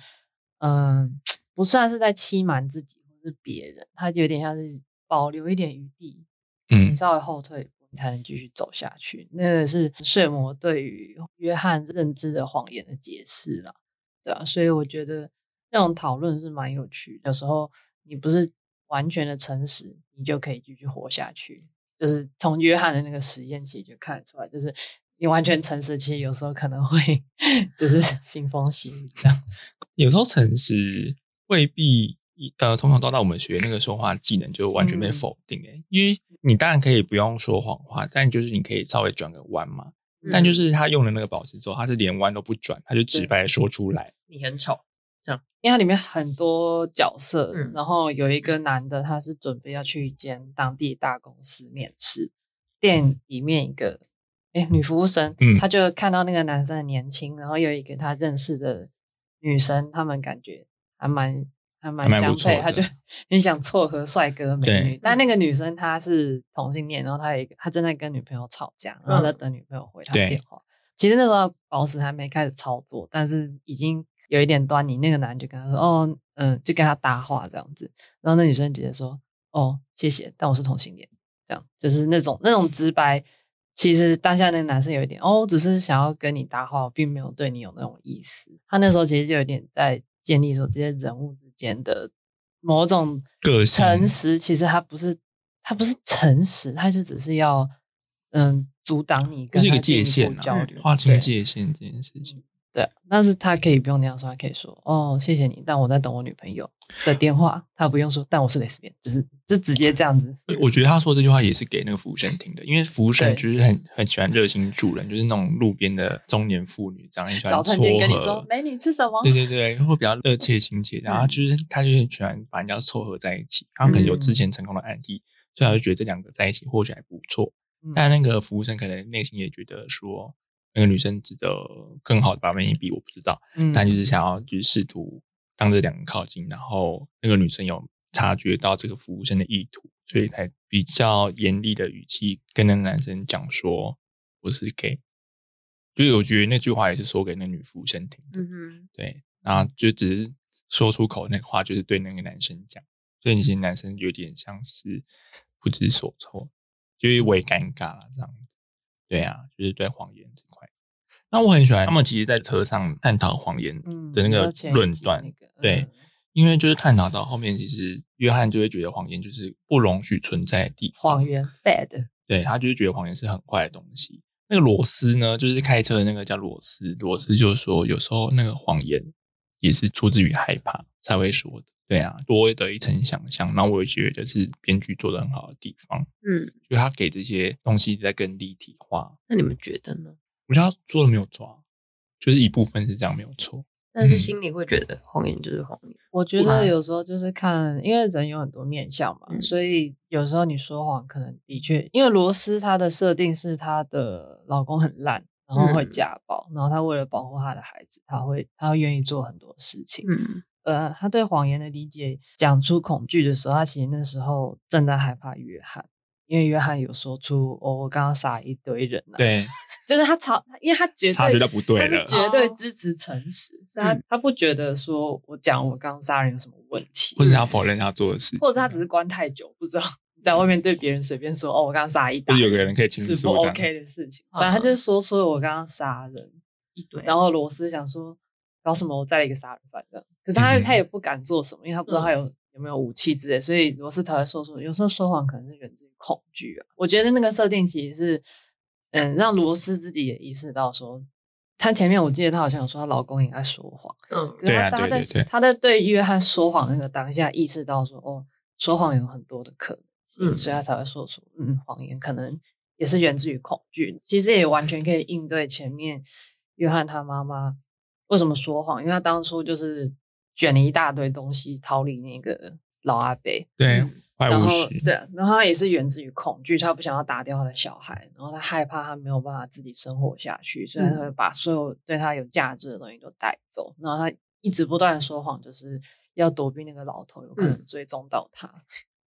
Speaker 3: 嗯、不算是在欺瞒自己或是别人，它有点像是保留一点余地，你
Speaker 2: 嗯，
Speaker 3: 稍微后退一步，你才能继续走下去。那个是睡魔对于约翰认知的谎言的解释啦，对啊，所以我觉得那种讨论是蛮有趣的。有时候你不是完全的诚实，你就可以继续活下去。就是从约翰的那个实验其实就看得出来，就是你完全诚实，其实有时候可能会 就是 腥风血雨这样子。
Speaker 2: 有时候诚实未必一呃，从小到大我们学那个说话技能就完全被
Speaker 3: 嗯
Speaker 2: 否定诶、因为你当然可以不用说谎话，但就是你可以稍微转个弯嘛。
Speaker 1: 嗯
Speaker 2: 但就是他用了那个宝石之后，他是连弯都不转，他就直白地说出来。
Speaker 1: 你很丑，
Speaker 3: 因为它里面很多角色，
Speaker 1: 嗯
Speaker 3: 然后有一个男的，他是准备要去一间当地大公司面试，店里面一个哎女服务生，
Speaker 2: 嗯
Speaker 3: 她就看到那个男生很年轻，然后有一个她认识的女生，他们感觉还蛮还
Speaker 2: 还
Speaker 3: 蛮
Speaker 2: 蛮不
Speaker 3: 相
Speaker 2: 错
Speaker 3: 配，
Speaker 2: 的
Speaker 3: 他就 你想撮合帅哥美
Speaker 2: 对
Speaker 3: 女，但那个女生她是同性恋，然后她有一个她正在跟女朋友吵架，然后在
Speaker 2: 嗯
Speaker 3: 等女朋友回她
Speaker 2: 对
Speaker 3: 电话。其实那时候宝石还没开始操作，但是已经有一点端倪。那个男就跟他说：“哦，嗯，就跟他搭话这样子。”然后那女生直接说：“哦，谢谢，但我是同性恋。”这样就是那种那种直白。其实当下那个男生有一点哦，我只是想要跟你搭话，我并没有对你有那种意思。他那时候其实就有点在建立说这些人物之间的某种
Speaker 2: 个性
Speaker 3: 诚实，其实他不是他不是诚实，他就只是要嗯阻挡你
Speaker 2: 这
Speaker 3: 跟
Speaker 2: 是一个
Speaker 3: 他进
Speaker 2: 界
Speaker 3: 一步
Speaker 2: 限
Speaker 3: 交
Speaker 2: 啊
Speaker 3: 流，，
Speaker 2: 划
Speaker 3: 对
Speaker 2: 清界限这件事情。
Speaker 3: 对啊，但是他可以不用那样说，他可以说哦，谢谢你，但我在等我女朋友的电话。他不用说，但我是蕾丝边，就是就直接这样子。
Speaker 2: 呃我觉得他说这句话也是给那个服务生听的，因为服务生
Speaker 3: 对
Speaker 2: 就是很很喜欢热心助人，就是那种路边的中年妇女，这样很喜欢
Speaker 3: 早
Speaker 2: 撮
Speaker 3: 餐店跟你
Speaker 2: 合
Speaker 3: 说，。美女吃什么？嗯
Speaker 2: 对对对，会比较 热切亲切，然后就是他就很喜欢把人家撮合在一起。他们可能
Speaker 3: 嗯
Speaker 2: 有之前成功的案例，所以他就觉得这两个在一起或许还不错。
Speaker 3: 嗯
Speaker 2: 但那个服务生可能内心也觉得说，那个女生值得更好的把妹比，我不知道。
Speaker 3: 嗯
Speaker 2: 但就是想要就是试图让这两个靠近，然后那个女生有察觉到这个服务生的意图，所以才比较严厉的语气跟那个男生讲说我是 gay。所以我觉得那句话也是说给那女服务生听的，
Speaker 1: 嗯哼，
Speaker 2: 对，然后就只是说出口那个话，就是对那个男生讲，所以那些男生有点像是不知所措，就是我也尴尬了这样子。对啊，就是对谎言这块。那我很喜欢他们其实，在车上探讨谎言
Speaker 3: 嗯
Speaker 2: 的那个论断，，
Speaker 3: 你说前一集那个
Speaker 2: 对
Speaker 3: 嗯
Speaker 2: 因为就是探讨到后面，其实约翰就会觉得谎言就是不容许存在的地方，
Speaker 3: 谎言 bad，
Speaker 2: 对他就是觉得谎言是很坏的东西。那个罗斯呢，就是开车的那个叫罗斯，罗斯就说有时候那个谎言也是出自于害怕才会说的。对啊，多的一层想象，那我也觉得是编剧做的很好的地方，
Speaker 1: 嗯，
Speaker 2: 就他给这些东西在更立体化。
Speaker 1: 那你们觉得呢？
Speaker 2: 我觉得他做的没有错啊，就是一部分是这样没有错。
Speaker 1: 但是心里会觉得谎言就是谎言，
Speaker 3: 我觉得
Speaker 1: 嗯
Speaker 3: 有时候就是看，因为人有很多面相嘛，
Speaker 1: 嗯
Speaker 3: 所以有时候你说谎，可能的确，因为罗斯她的设定是她的老公很烂，然后会
Speaker 1: 嗯
Speaker 3: 家暴，然后她为了保护她的孩子，她会她会愿意做很多事情。
Speaker 1: 嗯
Speaker 3: 呃，她对谎言的理解，讲出恐惧的时候，她其实那时候正在害怕约翰。因为约翰有说出哦，我刚刚杀了一堆人啊，，
Speaker 2: 对，
Speaker 3: 就是他吵，因为他绝对
Speaker 2: 察觉到不对
Speaker 3: 他是
Speaker 2: 了，
Speaker 3: 绝对支持诚实，所以他
Speaker 1: 嗯
Speaker 3: 他不觉得说我讲我刚杀人有什么问题，
Speaker 2: 或者他否认他做的事情，
Speaker 3: 或者他只是关太久，不知道 在外面对别人随便说哦，我刚杀一打，
Speaker 2: 就是有个人可以轻
Speaker 3: 是
Speaker 2: 易
Speaker 3: 不
Speaker 2: 说这样
Speaker 3: OK 的事情。反正他就是说出了我刚刚杀人，
Speaker 1: 嗯一堆
Speaker 3: 然后罗斯想说搞什么，我再了一个杀人犯这样，可是他、
Speaker 2: 嗯
Speaker 3: 他也不敢做什么，因为他不知道他
Speaker 1: 嗯
Speaker 3: 有。有没有武器之类，所以罗斯才会说出，有时候说谎可能是源自于恐惧啊。我觉得那个设定其实是，嗯，让罗斯自己也意识到说，她前面我记得她好像有说她老公也爱说谎，
Speaker 1: 嗯
Speaker 3: 可是
Speaker 2: 对
Speaker 3: 他
Speaker 2: 啊
Speaker 3: 他
Speaker 2: 对
Speaker 3: 在
Speaker 2: 对对
Speaker 3: 他在对约翰说谎那个当下意识到说，哦，说谎有很多的可能性，
Speaker 1: 嗯
Speaker 3: 所以他才会说出，嗯，谎言可能也是源自于恐惧。其实也完全可以应对前面约翰他妈妈为什么说谎，因为他当初就是卷了一大堆东西逃离那个老阿伯，
Speaker 2: 对
Speaker 1: 嗯
Speaker 2: 坏
Speaker 3: 然
Speaker 2: 巫
Speaker 3: 后
Speaker 2: 师，
Speaker 3: 对，然后他也是源自于恐惧，他不想要打掉他的小孩，然后他害怕他没有办法自己生活下去，所以他会把所有对他有价值的东西都带走。然后他一直不断的说谎，就是要躲避那个老头有可能追踪到他。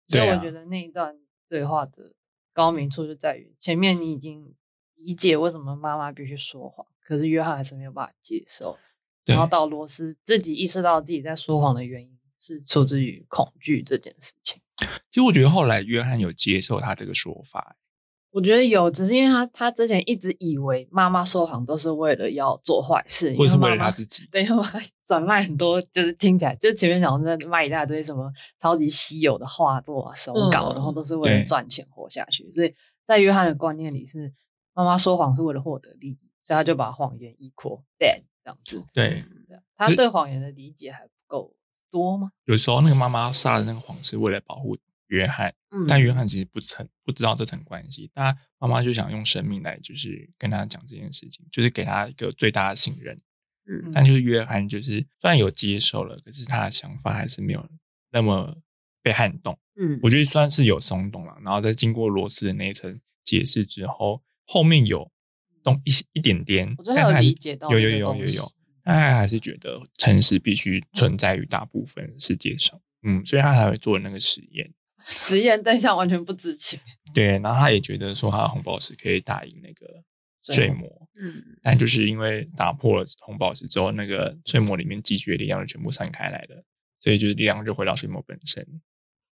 Speaker 3: 所以
Speaker 2: 对
Speaker 3: 我
Speaker 2: 啊
Speaker 3: 觉得那一段对话的高明处就在于前面你已经理解为什么妈妈必须说谎，可是约翰还是没有办法接受。
Speaker 2: 对
Speaker 3: 然后到罗斯自己意识到自己在说谎的原因是出自于恐惧这件事情。
Speaker 2: 其实我觉得后来约翰有接受他这个说法，
Speaker 3: 我觉得有，只是因为他他之前一直以为妈妈说谎都是为了要做坏事，
Speaker 2: 或者是
Speaker 3: 因
Speaker 2: 为了
Speaker 3: 为妈嗯
Speaker 2: 他
Speaker 3: 妈
Speaker 2: 自己。
Speaker 3: 对，因为妈妈 转卖很多，就是听起来就是前面讲的在卖一大堆什么超级稀有的画作啊、手稿，
Speaker 1: 嗯
Speaker 3: 然后都是为了
Speaker 2: 对
Speaker 3: 赚钱活下去。所以在约翰的观念里是，妈妈说谎是为了获得利益，所以他就把谎言 equal bad 这样子。
Speaker 2: 对，
Speaker 3: 这样他
Speaker 2: 所以
Speaker 3: 对谎言的理解还不够多吗？
Speaker 2: 有时候那个妈妈杀的那个谎是为了保护约翰，
Speaker 1: 嗯
Speaker 2: 但约翰其实不曾不知道这层关系，但妈妈就想用生命来就是跟他讲这件事情，就是给他一个最大的信任。
Speaker 1: 嗯
Speaker 2: 但就是约翰就是虽然有接受了，可是他的想法还是没有那么被撼动。
Speaker 1: 嗯
Speaker 2: 我觉得算是有松动了。然后在经过罗斯的那一层解释之后，后面有动一些一点点
Speaker 3: 我觉，得
Speaker 2: 但他
Speaker 3: 他有
Speaker 2: 还是
Speaker 3: 理解到
Speaker 2: 有
Speaker 3: 那
Speaker 2: 有
Speaker 3: 个
Speaker 2: 有
Speaker 3: 东
Speaker 2: 有
Speaker 3: 西
Speaker 2: 有，但他还是觉得诚实必须存在于大部分世界上。嗯，所以他才会做那个实验。
Speaker 3: 实验对象完全不知情，
Speaker 2: 对，然后他也觉得说他的红宝石可以打赢那个
Speaker 3: 睡
Speaker 2: 睡
Speaker 3: 魔
Speaker 2: 魔，
Speaker 1: 嗯
Speaker 2: 但就是因为打破了红宝石之后，那个睡魔里面积聚的力量就全部散开来了，所以就是力量就回到睡魔本身。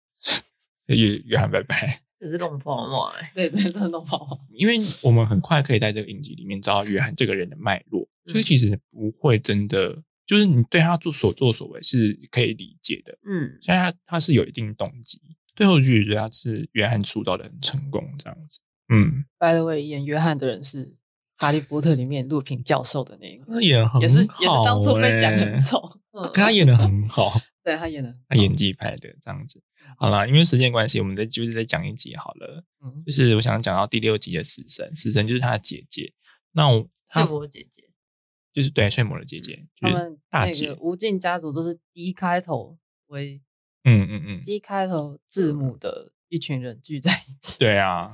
Speaker 2: 约约翰拜拜。
Speaker 1: 这是弄破嘛，欸
Speaker 3: 对对，真的弄好。
Speaker 2: 因为我们很快可以在这个影集里面知道约翰这个人的脉络，
Speaker 1: 嗯
Speaker 2: 所以其实不会真的就是你对他做所作所为是可以理解的，
Speaker 1: 嗯
Speaker 2: 所以他他是有一定动机。最后就觉得他是约翰塑造的很成功，这样子。嗯，
Speaker 3: By the way，演约翰的人是哈利波特》里面陆平教授的那一个，
Speaker 2: 他演得 很
Speaker 3: 也是也是当初
Speaker 2: 好
Speaker 3: 被讲
Speaker 2: 欸
Speaker 3: 很丑，嗯，
Speaker 2: 可他演的很 好，
Speaker 3: 对他演的，
Speaker 2: 他演技派的这样子。好啦，因为时间关系，我们再就是再讲一集好了。
Speaker 3: 嗯，
Speaker 2: 就是我想讲到第六集的死神，死神就是他的姐姐。那我
Speaker 1: 是
Speaker 2: 他
Speaker 1: 我姐姐，
Speaker 2: 就是对睡魔的姐姐，就
Speaker 3: 他
Speaker 2: 是
Speaker 3: 们
Speaker 2: 大
Speaker 3: 那
Speaker 2: 姐
Speaker 3: 个。无尽家族都是 D 开头为
Speaker 2: 嗯嗯嗯，
Speaker 3: D 开头字母的一群人聚在一起，
Speaker 2: 对 啊，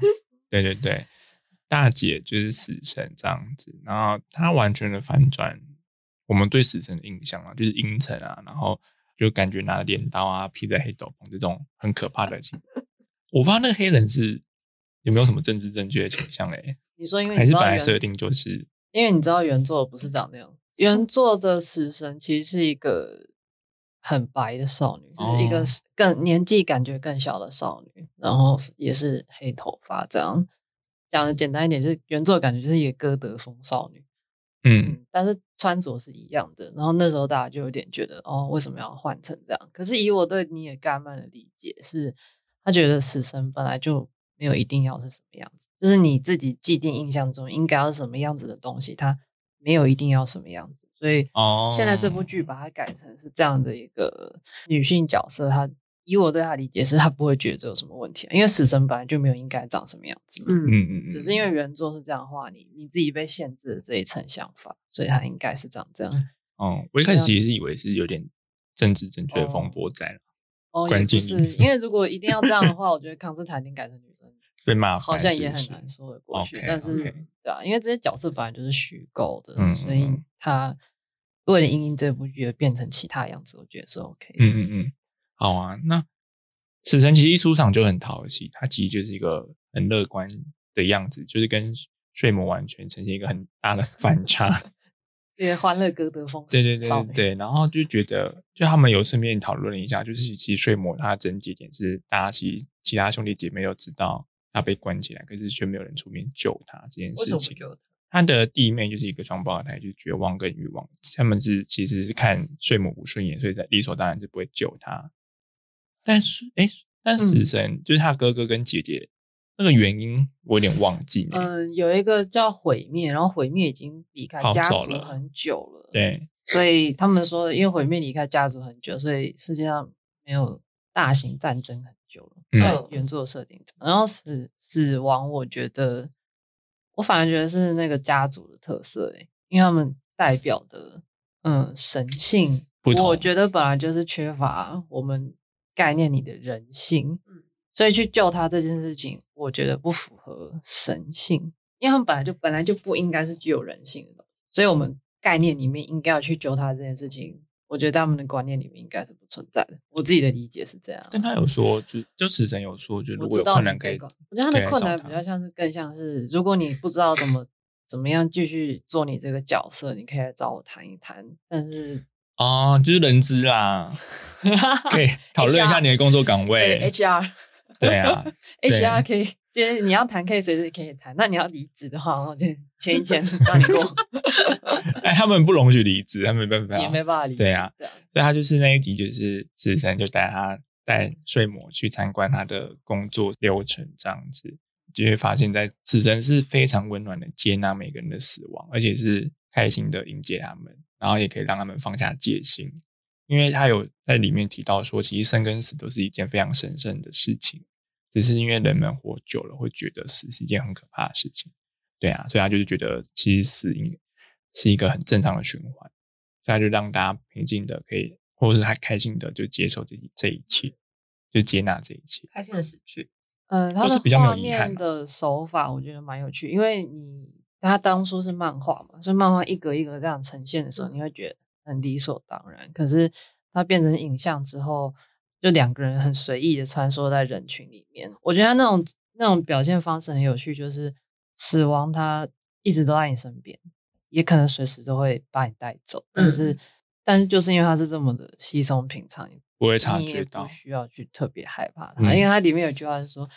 Speaker 2: 对对对，大姐就是死神这样子，然后她完全的反转我们对死神的印象啊，就是阴沉啊，然后就感觉拿着镰刀啊，披着黑斗篷这种很可怕的情况。我不知道那个黑人是有没有什么政治正确的倾向嘞、
Speaker 3: 你说因为
Speaker 2: 还
Speaker 3: 你知
Speaker 2: 是
Speaker 3: 道
Speaker 2: 本来
Speaker 3: 原
Speaker 2: 设定就是
Speaker 3: 因为你知道原作不是长那样，原作的死神其实是一个很白的少女，就是一
Speaker 2: 哦
Speaker 3: 个更年纪感觉更小的少女，然后也是黑头发这样。讲的简单一点，就是原作感觉就是一个哥德风少女，
Speaker 2: 嗯，
Speaker 3: 但是穿着是一样的。然后那时候大家就有点觉得，哦，为什么要换成这样？可是以我对尼尔盖曼的理解是，他觉得死神本来就没有一定要是什么样子，就是你自己既定印象中应该要是什么样子的东西，它没有一定要什么样子。所以
Speaker 2: 哦
Speaker 3: 现在这部剧把它改成是这样的一个女性角色，她以我对她的理解是，她不会觉得这有什么问题啊，因为死神本来就没有应该长什么样子嘛。
Speaker 1: 嗯，
Speaker 2: 嗯嗯嗯，
Speaker 3: 只是因为原作是这样的话，你你自己被限制了这一层想法，所以它应该是长这样。
Speaker 2: 哦，我一开始也是以为是有点政治正确的风波在了，
Speaker 3: 啊哦，也
Speaker 2: 关
Speaker 3: 不
Speaker 2: 键
Speaker 3: 是
Speaker 2: 因素
Speaker 3: 因为如果一定要这样的话，我觉得康斯坦丁改成 女生
Speaker 2: 被骂
Speaker 3: 好
Speaker 2: 翻
Speaker 3: 像
Speaker 2: 啊是
Speaker 3: 也
Speaker 2: 不
Speaker 3: 很
Speaker 2: 是
Speaker 3: 难说得过去。
Speaker 2: OK，
Speaker 3: 但是
Speaker 2: OK
Speaker 3: 对啊，因为这些角色本来就是虚构的，
Speaker 2: 嗯
Speaker 3: 所以
Speaker 2: 嗯嗯
Speaker 3: 他为了因应这部剧而变成其他样子，我觉得是 OK 的。
Speaker 2: 嗯嗯嗯，好啊。那死神其实一出场就很讨喜，他其实就是一个很乐观的样子，就是跟睡魔完全呈现一个很大的反差。
Speaker 3: 这些欢乐哥德风，
Speaker 2: 对对对
Speaker 3: 少
Speaker 2: 对
Speaker 3: 女，
Speaker 2: 对，然后就觉得，就他们有顺便讨论了一下，就是其实睡魔他的症结点是大家其实其他兄弟姐妹都知道他被关起来，可是却没有人出面救他这件
Speaker 1: 为什
Speaker 2: 事
Speaker 1: 么
Speaker 2: 情。
Speaker 1: 就
Speaker 2: 他的弟妹就是一个双胞胎，就是绝望跟欲望，他们是其实是看睡魔不顺眼，所以在理所当然是不会救他。但是，哎、但
Speaker 3: 嗯
Speaker 2: 死神、就是他哥哥跟姐姐那个原因，我有点忘记了。
Speaker 3: 嗯，有一个叫毁灭，然后毁灭已经离开
Speaker 2: 跑
Speaker 3: 家
Speaker 2: 走
Speaker 3: 族
Speaker 2: 了
Speaker 3: 很久了，
Speaker 2: 对，
Speaker 3: 所以他们说，因为毁灭离开家族很久，所以世界上没有大型战争很久了。
Speaker 2: 嗯
Speaker 3: 在原作设定上，然后死死亡，我觉得我反而觉得是那个家族的特色、欸，因为他们代表的嗯神性，
Speaker 2: 不同
Speaker 3: 我觉得本来就是缺乏我们概念里的人性，
Speaker 1: 嗯
Speaker 3: 所以去救他这件事情，我觉得不符合神性，因为他们本来就本来就不应该是具有人性的东西，所以我们概念里面应该要去救他这件事情。我觉得在他们的观念里面应该是不存在的，我自己的理解是这样。啊
Speaker 2: 但他有说，就就死神有说，就如
Speaker 3: 我
Speaker 2: 果
Speaker 3: 知
Speaker 2: 有
Speaker 3: 道
Speaker 2: 困
Speaker 3: 你
Speaker 2: 难可
Speaker 3: 这
Speaker 2: 以
Speaker 3: 个，我觉得他的困难比
Speaker 2: 可以
Speaker 3: 较
Speaker 2: 来
Speaker 3: 像是更像是，如果你不知道怎么怎么样继续做你这个角色，你可以来找我谈一谈。但是
Speaker 2: 哦，就是人资啦， 可以讨论一下你的工作岗位。
Speaker 3: HR
Speaker 2: 对啊，
Speaker 3: HR 可以，就是你要谈可以随时可以谈。那你要离职的话，我就签 一签让你过，
Speaker 2: 哎，他们不容许离职，他们没办法，
Speaker 3: 也没办法离职。
Speaker 2: 对啊所以他就是那一集，就是死神就带他带睡魔去参观他的工作流程，这样子就会发现，在死神是非常温暖的接纳每个人的死亡，而且是开心的迎接他们，然后也可以让他们放下戒心，因为他有在里面提到说，其实生跟死都是一件非常神圣的事情，只是因为人们活久了会觉得死是一件很可怕的事情，对啊，所以他就是觉得其实死应是一个很正常的循环。所以他就让大家平静的可以，或者是他开心的就接受这一这一切，就接纳这一切。
Speaker 1: 开心的死去？
Speaker 3: 呃，他
Speaker 2: 都是
Speaker 3: 的
Speaker 2: 比较没有
Speaker 3: 画
Speaker 2: 遗憾
Speaker 3: 面
Speaker 2: 啊
Speaker 3: 的手法我觉得蛮有趣，因为你他当初是漫画嘛，所以漫画一格一格这样呈现的时候，
Speaker 2: 嗯
Speaker 3: 你会觉得很理所当然。可是它变成影像之后，就两个人很随意的穿梭在人群里面，我觉得他那种那种表现方式很有趣，就是死亡它一直都在你身边，也可能随时都会把你带走，
Speaker 2: 嗯
Speaker 3: 但是、但是就是因为它是这么的稀松平常，
Speaker 2: 不会察
Speaker 3: 你也
Speaker 2: 觉
Speaker 3: 不
Speaker 2: 到，
Speaker 3: 需要去特别害怕它，
Speaker 2: 嗯
Speaker 3: 因为它里面有句话是说，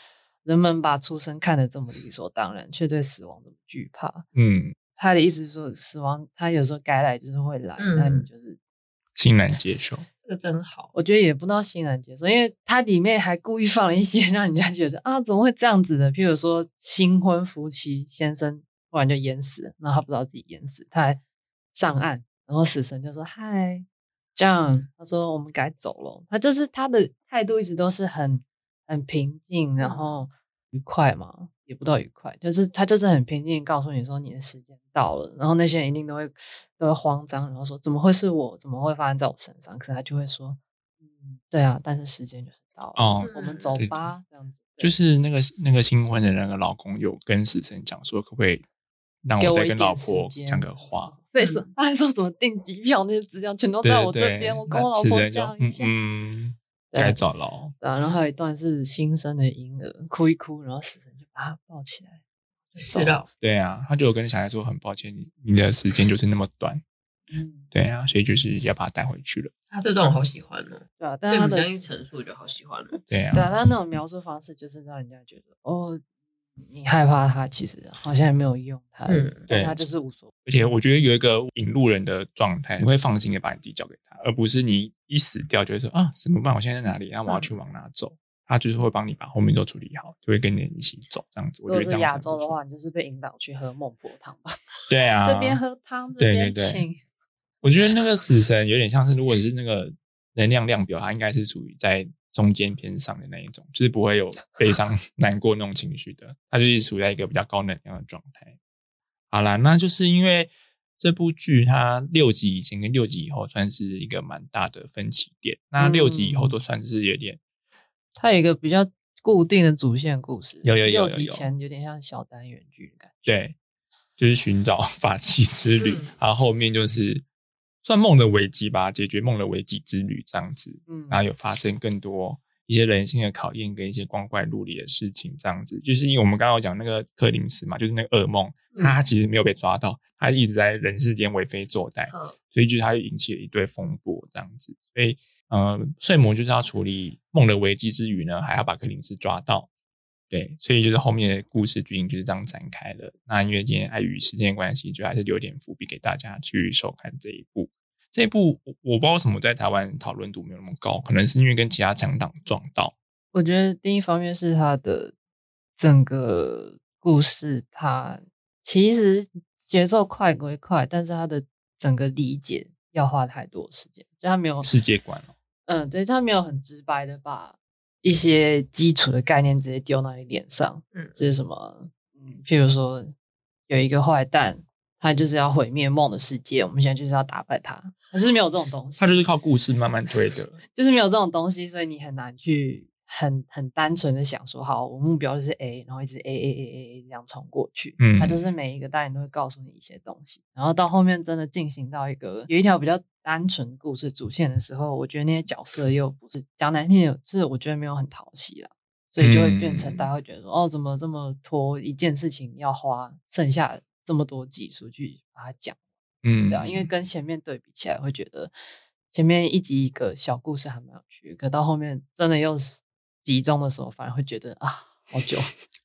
Speaker 3: 人们把出生看得这么理所当然，却对死亡这么惧怕。
Speaker 2: 嗯，
Speaker 3: 他的意思是说，死亡它有时候该来就是会来，
Speaker 1: 嗯
Speaker 3: 那你就是
Speaker 2: 欣然接受。
Speaker 1: 这个真好，
Speaker 3: 我觉得也不知道欣然接受，因为它里面还故意 放了一些让人家觉得啊怎么会这样子的，譬如说新婚夫妻先生不然就淹死。然后他不知道自己淹死，他还上岸，然后死神就说：“嗨，这
Speaker 2: 嗯
Speaker 3: 样。”他说：“我们该走了。”他就是他的态度一直都是很很平
Speaker 2: 嗯
Speaker 3: 静，然后愉快嘛，也不到愉快，就是他就是很平静地告诉你说你的时间到了。然后那些人一定都会都会慌张，然后说：“怎么会是我？怎么会发生在我身上？”可是他就会说：“嗯，对啊，但是时间就是到了，
Speaker 2: 哦
Speaker 3: 我们走
Speaker 2: 对
Speaker 3: 吧。”这样子。 对
Speaker 2: 就是那个那个新婚的那个老公有跟死神讲说，可不可以让
Speaker 3: 给
Speaker 2: 我
Speaker 3: 我
Speaker 2: 再
Speaker 3: 一
Speaker 2: 跟
Speaker 3: 点
Speaker 2: 老
Speaker 3: 时
Speaker 2: 婆
Speaker 3: 间
Speaker 2: 讲个话？，嗯
Speaker 3: 对，是他还说什么订机票那些资料全都
Speaker 2: 对
Speaker 3: 在我这
Speaker 2: 对对，
Speaker 3: 边，我跟我
Speaker 2: 那
Speaker 3: 老
Speaker 2: 死
Speaker 3: 婆
Speaker 2: 神就
Speaker 3: 讲一下。
Speaker 2: 嗯，嗯
Speaker 3: 对
Speaker 2: 该走了哦。
Speaker 3: 对啊，然后还有一段是新生的婴儿哭一哭，然后死神就把他抱起来。
Speaker 1: 是的，
Speaker 2: 对啊，他就有跟小孩说，很抱歉，你你的时间就是那么短。
Speaker 3: 嗯，
Speaker 2: 对啊，所以就是要把他带回去了。
Speaker 1: 他啊这段我好喜欢哦，
Speaker 3: 对啊，但
Speaker 1: 被
Speaker 3: 是
Speaker 1: 你
Speaker 3: 他
Speaker 1: 这
Speaker 3: 的
Speaker 1: 样一陈述，我就好喜欢了。
Speaker 2: 对啊，
Speaker 3: 对啊，他那种描述方式就是让人家觉得哦，你害怕他，其实好像也没有用他，
Speaker 1: 嗯
Speaker 3: 但
Speaker 2: 对
Speaker 3: 他就是无所谓。
Speaker 2: 而且我觉得有一个引路人的状态，你会放心的把你自己交给他，而不是你一死掉就会说啊怎么办？我现在在哪里？那
Speaker 3: 嗯
Speaker 2: 我要去往哪走？他就是会帮你把后面都处理好，就会跟你一起走这样子。我
Speaker 3: 如
Speaker 2: 觉
Speaker 3: 果
Speaker 2: 得这样
Speaker 3: 是亚
Speaker 2: 子
Speaker 3: 洲
Speaker 2: 很不
Speaker 3: 的
Speaker 2: 错，
Speaker 3: 话，你就是被引导去喝孟婆汤吧，
Speaker 2: 对啊，
Speaker 3: 这边喝 汤，这
Speaker 2: 对
Speaker 3: 边
Speaker 2: 对对
Speaker 3: 请。
Speaker 2: 我觉得那个死神有点像是，如果你是那个能量量表，它应该是属于在中间偏上的那一种，就是不会有悲伤、难过那种情绪的，它就是处在一个比较高能量的状态。好啦，那就是因为这部剧它六集以前跟六集以后算是一个蛮大的分歧点，那六集以
Speaker 3: 嗯
Speaker 2: 后都算是有点
Speaker 3: 它有一个比较固定的主线故事，
Speaker 2: 有有有有
Speaker 3: 六集
Speaker 2: 有
Speaker 3: 前有点像小单元剧的感觉。
Speaker 2: 对，就是寻找 法器之旅
Speaker 1: 嗯，
Speaker 2: 然后后面就是算梦的危机吧，解决梦的危机之旅这样子。
Speaker 3: 嗯
Speaker 2: 然后有发生更多一些人性的考验跟一些光怪陆离的事情，这样子，就是因为我们刚刚有讲那个柯林斯嘛，就是那个噩梦，
Speaker 1: 嗯
Speaker 2: 他其实没有被抓到，他一直在人世间为非作歹，
Speaker 1: 嗯，
Speaker 2: 所以就是他引起了一堆风波这样子，所以呃，睡魔就是要处理梦的危机之余呢，还要把柯林斯抓到。对，所以就是后面的故事剧情就是这样展开的。那因为今天碍于时间的关系，就还是留点伏笔给大家去收看这一部。这一部我我不知道为什么在台湾讨论度没有那么高，可能是因为跟其他强档撞到。
Speaker 3: 我觉得第一方面是它的整个故事，它其实节奏快归快，但是它的整个理解要花太多时间，就它没有
Speaker 2: 世界观了哦
Speaker 3: 嗯，对，它没有很直白的把一些基础的概念直接丢到你脸上，
Speaker 1: 嗯
Speaker 3: 就是什么，嗯，譬如说有一个坏蛋，他就是要毁灭梦的世界，我们现在就是要打败他，可是没有这种东西，
Speaker 2: 它就是靠故事慢慢推的。
Speaker 3: 就是没有这种东西，所以你很难去很很单纯的想说，好，我目标就是 A，然后一直 A A A A A 这样冲过去。
Speaker 2: 嗯
Speaker 3: 它就是每一个单元都会告诉你一些东西，然后到后面真的进行到一个有一条比较单纯故事主线的时候，我觉得那些角色又不是讲难听点，是我觉得没有很讨喜啦。所以就会变成
Speaker 2: 嗯
Speaker 3: 大家会觉得说，哦，怎么这么拖一件事情要花剩下这么多集数去把它讲？
Speaker 2: 嗯，
Speaker 3: 对啊，因为跟前面对比起来，会觉得前面一集一个小故事还蛮有趣，可到后面真的又是集中的时候，反而会觉得啊，好久。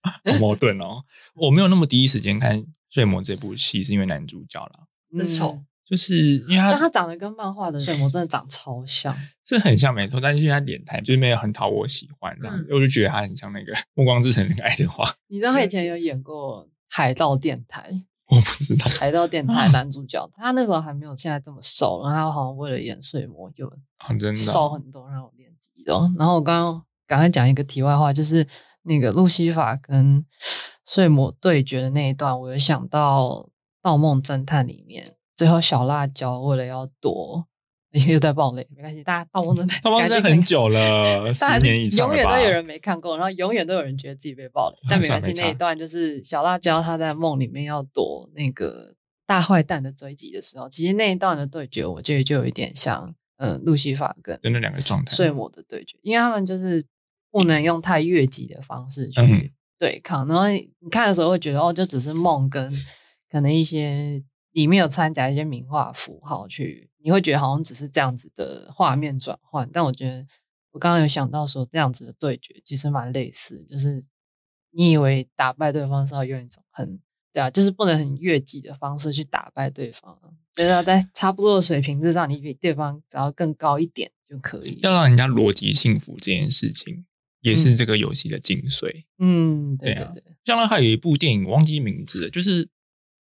Speaker 2: 好矛盾哦。我没有那么第一时间看《睡魔》这部戏，是因为男主角啦，
Speaker 1: 很丑
Speaker 3: 嗯，
Speaker 2: 就是因为
Speaker 3: 但他
Speaker 2: 他
Speaker 3: 长得跟漫画的睡魔真的长超像。
Speaker 2: 是很像没错，但是因为他脸太就是没有很讨我喜欢
Speaker 3: 嗯
Speaker 2: 这样子，我就觉得他很像那个《暮光之城》那个爱德华。
Speaker 3: 你知道他以前有演过《海盗电台》，
Speaker 2: 我不知道，
Speaker 3: 《海盗电台》男主角，他那时候还没有现在这么瘦，然后他好像为了演睡魔就
Speaker 2: 啊、真的
Speaker 3: 瘦
Speaker 2: 哦、
Speaker 3: 很多，让我练肌肉。然后我刚刚赶快讲一个题外话，就是那个路西法跟 睡魔对决的那一段，我有想到《盗梦侦探》里面，最后小辣椒为了要躲， 又在爆雷，没关系，大家《盗梦侦探》
Speaker 2: 他们
Speaker 3: 赶
Speaker 2: 在
Speaker 3: 紧看
Speaker 2: 很
Speaker 3: 看
Speaker 2: 久 了，十
Speaker 3: 但还是
Speaker 2: 年以上
Speaker 3: 永
Speaker 2: 了
Speaker 3: 远
Speaker 2: 吧
Speaker 3: 都有人没看过，然后永远都有人觉得自己被 爆了。
Speaker 2: 啊
Speaker 3: 但没
Speaker 2: 算
Speaker 3: 关系，
Speaker 2: 没差
Speaker 3: 那一段就是小辣椒他在梦里面要躲那个大坏蛋的追击的时候，其实那一段的对决，我觉得就有一点像，嗯，路西法跟
Speaker 2: 就那两个状态。
Speaker 3: 睡魔的对决，因为他们就是不能用太越级的方式
Speaker 2: 嗯
Speaker 3: 去对抗。然后你看的时候会觉得，哦，就只是梦跟可能一些里面有掺杂一些名画符号去，你会觉得好像只是这样子的画面转换。但我觉得我刚刚有想到说，这样子的对决其实蛮类似，就是你以为打败对方是要用一种很。对啊，就是不能很越级的方式去打败对方啊，就是要在差不多的水平之上，你比对方只要更高一点就可以。
Speaker 2: 要让人家逻辑信服这件事情，也
Speaker 3: 嗯
Speaker 2: 是这个游戏的精髓。
Speaker 3: 嗯，对
Speaker 2: 对
Speaker 3: 对
Speaker 2: 啊
Speaker 3: 对，
Speaker 2: 像它还有一部电影，我忘记名字了，就是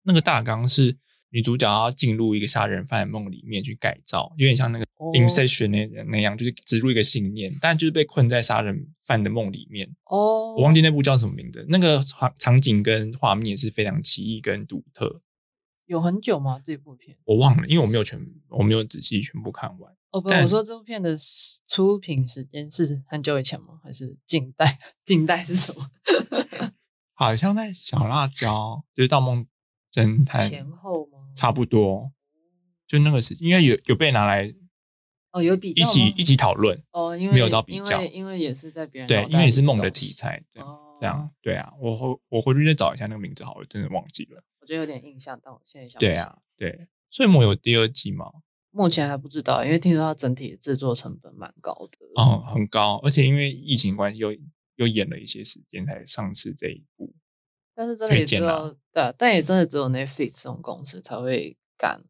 Speaker 2: 那个大纲是女主角要进入一个杀人犯的梦里面去改造，有点像那个
Speaker 3: 哦
Speaker 2: Inception 那那样，就是植入一个信念，但就是被困在杀人犯的梦里面。
Speaker 3: 哦，
Speaker 2: 我忘记那部叫什么名字，那个场场景跟画面也是非常奇异跟独特。
Speaker 3: 有很久吗？这部片？
Speaker 2: 我忘了，因为我没有全，我没有仔细全部看完。
Speaker 3: 哦不，
Speaker 2: 但
Speaker 3: 我说这部片的出品时间是很久以前吗？还是近代？ 近代是什么？
Speaker 2: 好像在小辣椒，就是《盗梦侦探》
Speaker 3: 前后吗？
Speaker 2: 哎差不多，就那个时，应该有有被拿来
Speaker 3: 哦，有比
Speaker 2: 一
Speaker 3: 较吗
Speaker 2: 起一起讨论。
Speaker 3: 哦，因为
Speaker 2: 没有到比较
Speaker 3: 因为因为也是在别人
Speaker 2: 对
Speaker 3: 脑，袋
Speaker 2: 因为也是
Speaker 3: 里
Speaker 2: 梦的
Speaker 3: 东
Speaker 2: 题
Speaker 3: 西
Speaker 2: 材，对
Speaker 3: 哦，
Speaker 2: 这样对啊。我后我回去再找一下那个名字，好了，真的忘记了。
Speaker 3: 我觉得有点印象，但我现在想不
Speaker 2: 对
Speaker 3: 起来，
Speaker 2: 啊，对。所以梦有第二季吗？
Speaker 3: 目前还不知道，因为听说它整体的制作成本蛮高的。
Speaker 2: 哦，很高，而且因为疫情关系又又演了一些时间才上市这一部。
Speaker 3: 但是真的也只
Speaker 2: 推荐啊
Speaker 3: 有对啊，但也真的只有 Netflix 这种公司才会敢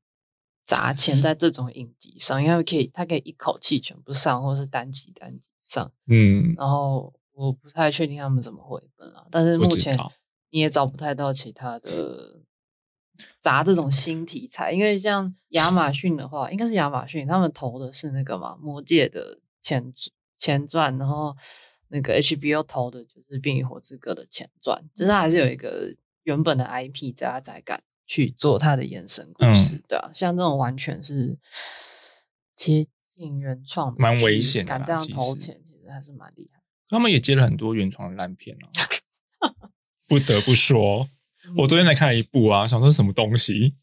Speaker 3: 砸钱在这种影集上，因为它可以，它可以一口气全部上，或是单集单集上。
Speaker 2: 嗯，
Speaker 3: 然后我不太确定他们怎么回本啊，但是
Speaker 2: 不
Speaker 3: 目
Speaker 2: 知
Speaker 3: 前
Speaker 2: 道
Speaker 3: 你也找不太到其他的砸这种新题材，因 为像亚马逊的话，应该是亚马逊他们投的是那个嘛《魔戒》的前前传，然后那个 HBO 投的就是《冰与火之歌》的前传，就是它还
Speaker 2: 嗯
Speaker 3: 是有一个原本的 IP 在它才敢去做它的延伸故事，
Speaker 2: 嗯
Speaker 3: 对啊，像这种完全是接近原创的
Speaker 2: 蛮
Speaker 3: 去
Speaker 2: 危险的
Speaker 3: 敢
Speaker 2: 啦
Speaker 3: 这样
Speaker 2: 其
Speaker 3: 投
Speaker 2: 实
Speaker 3: 钱，其实还是蛮厉害的。
Speaker 2: 他们也接了很多原创的烂 片啊，不得不说，我昨天才看了一部啊，想说什么东西，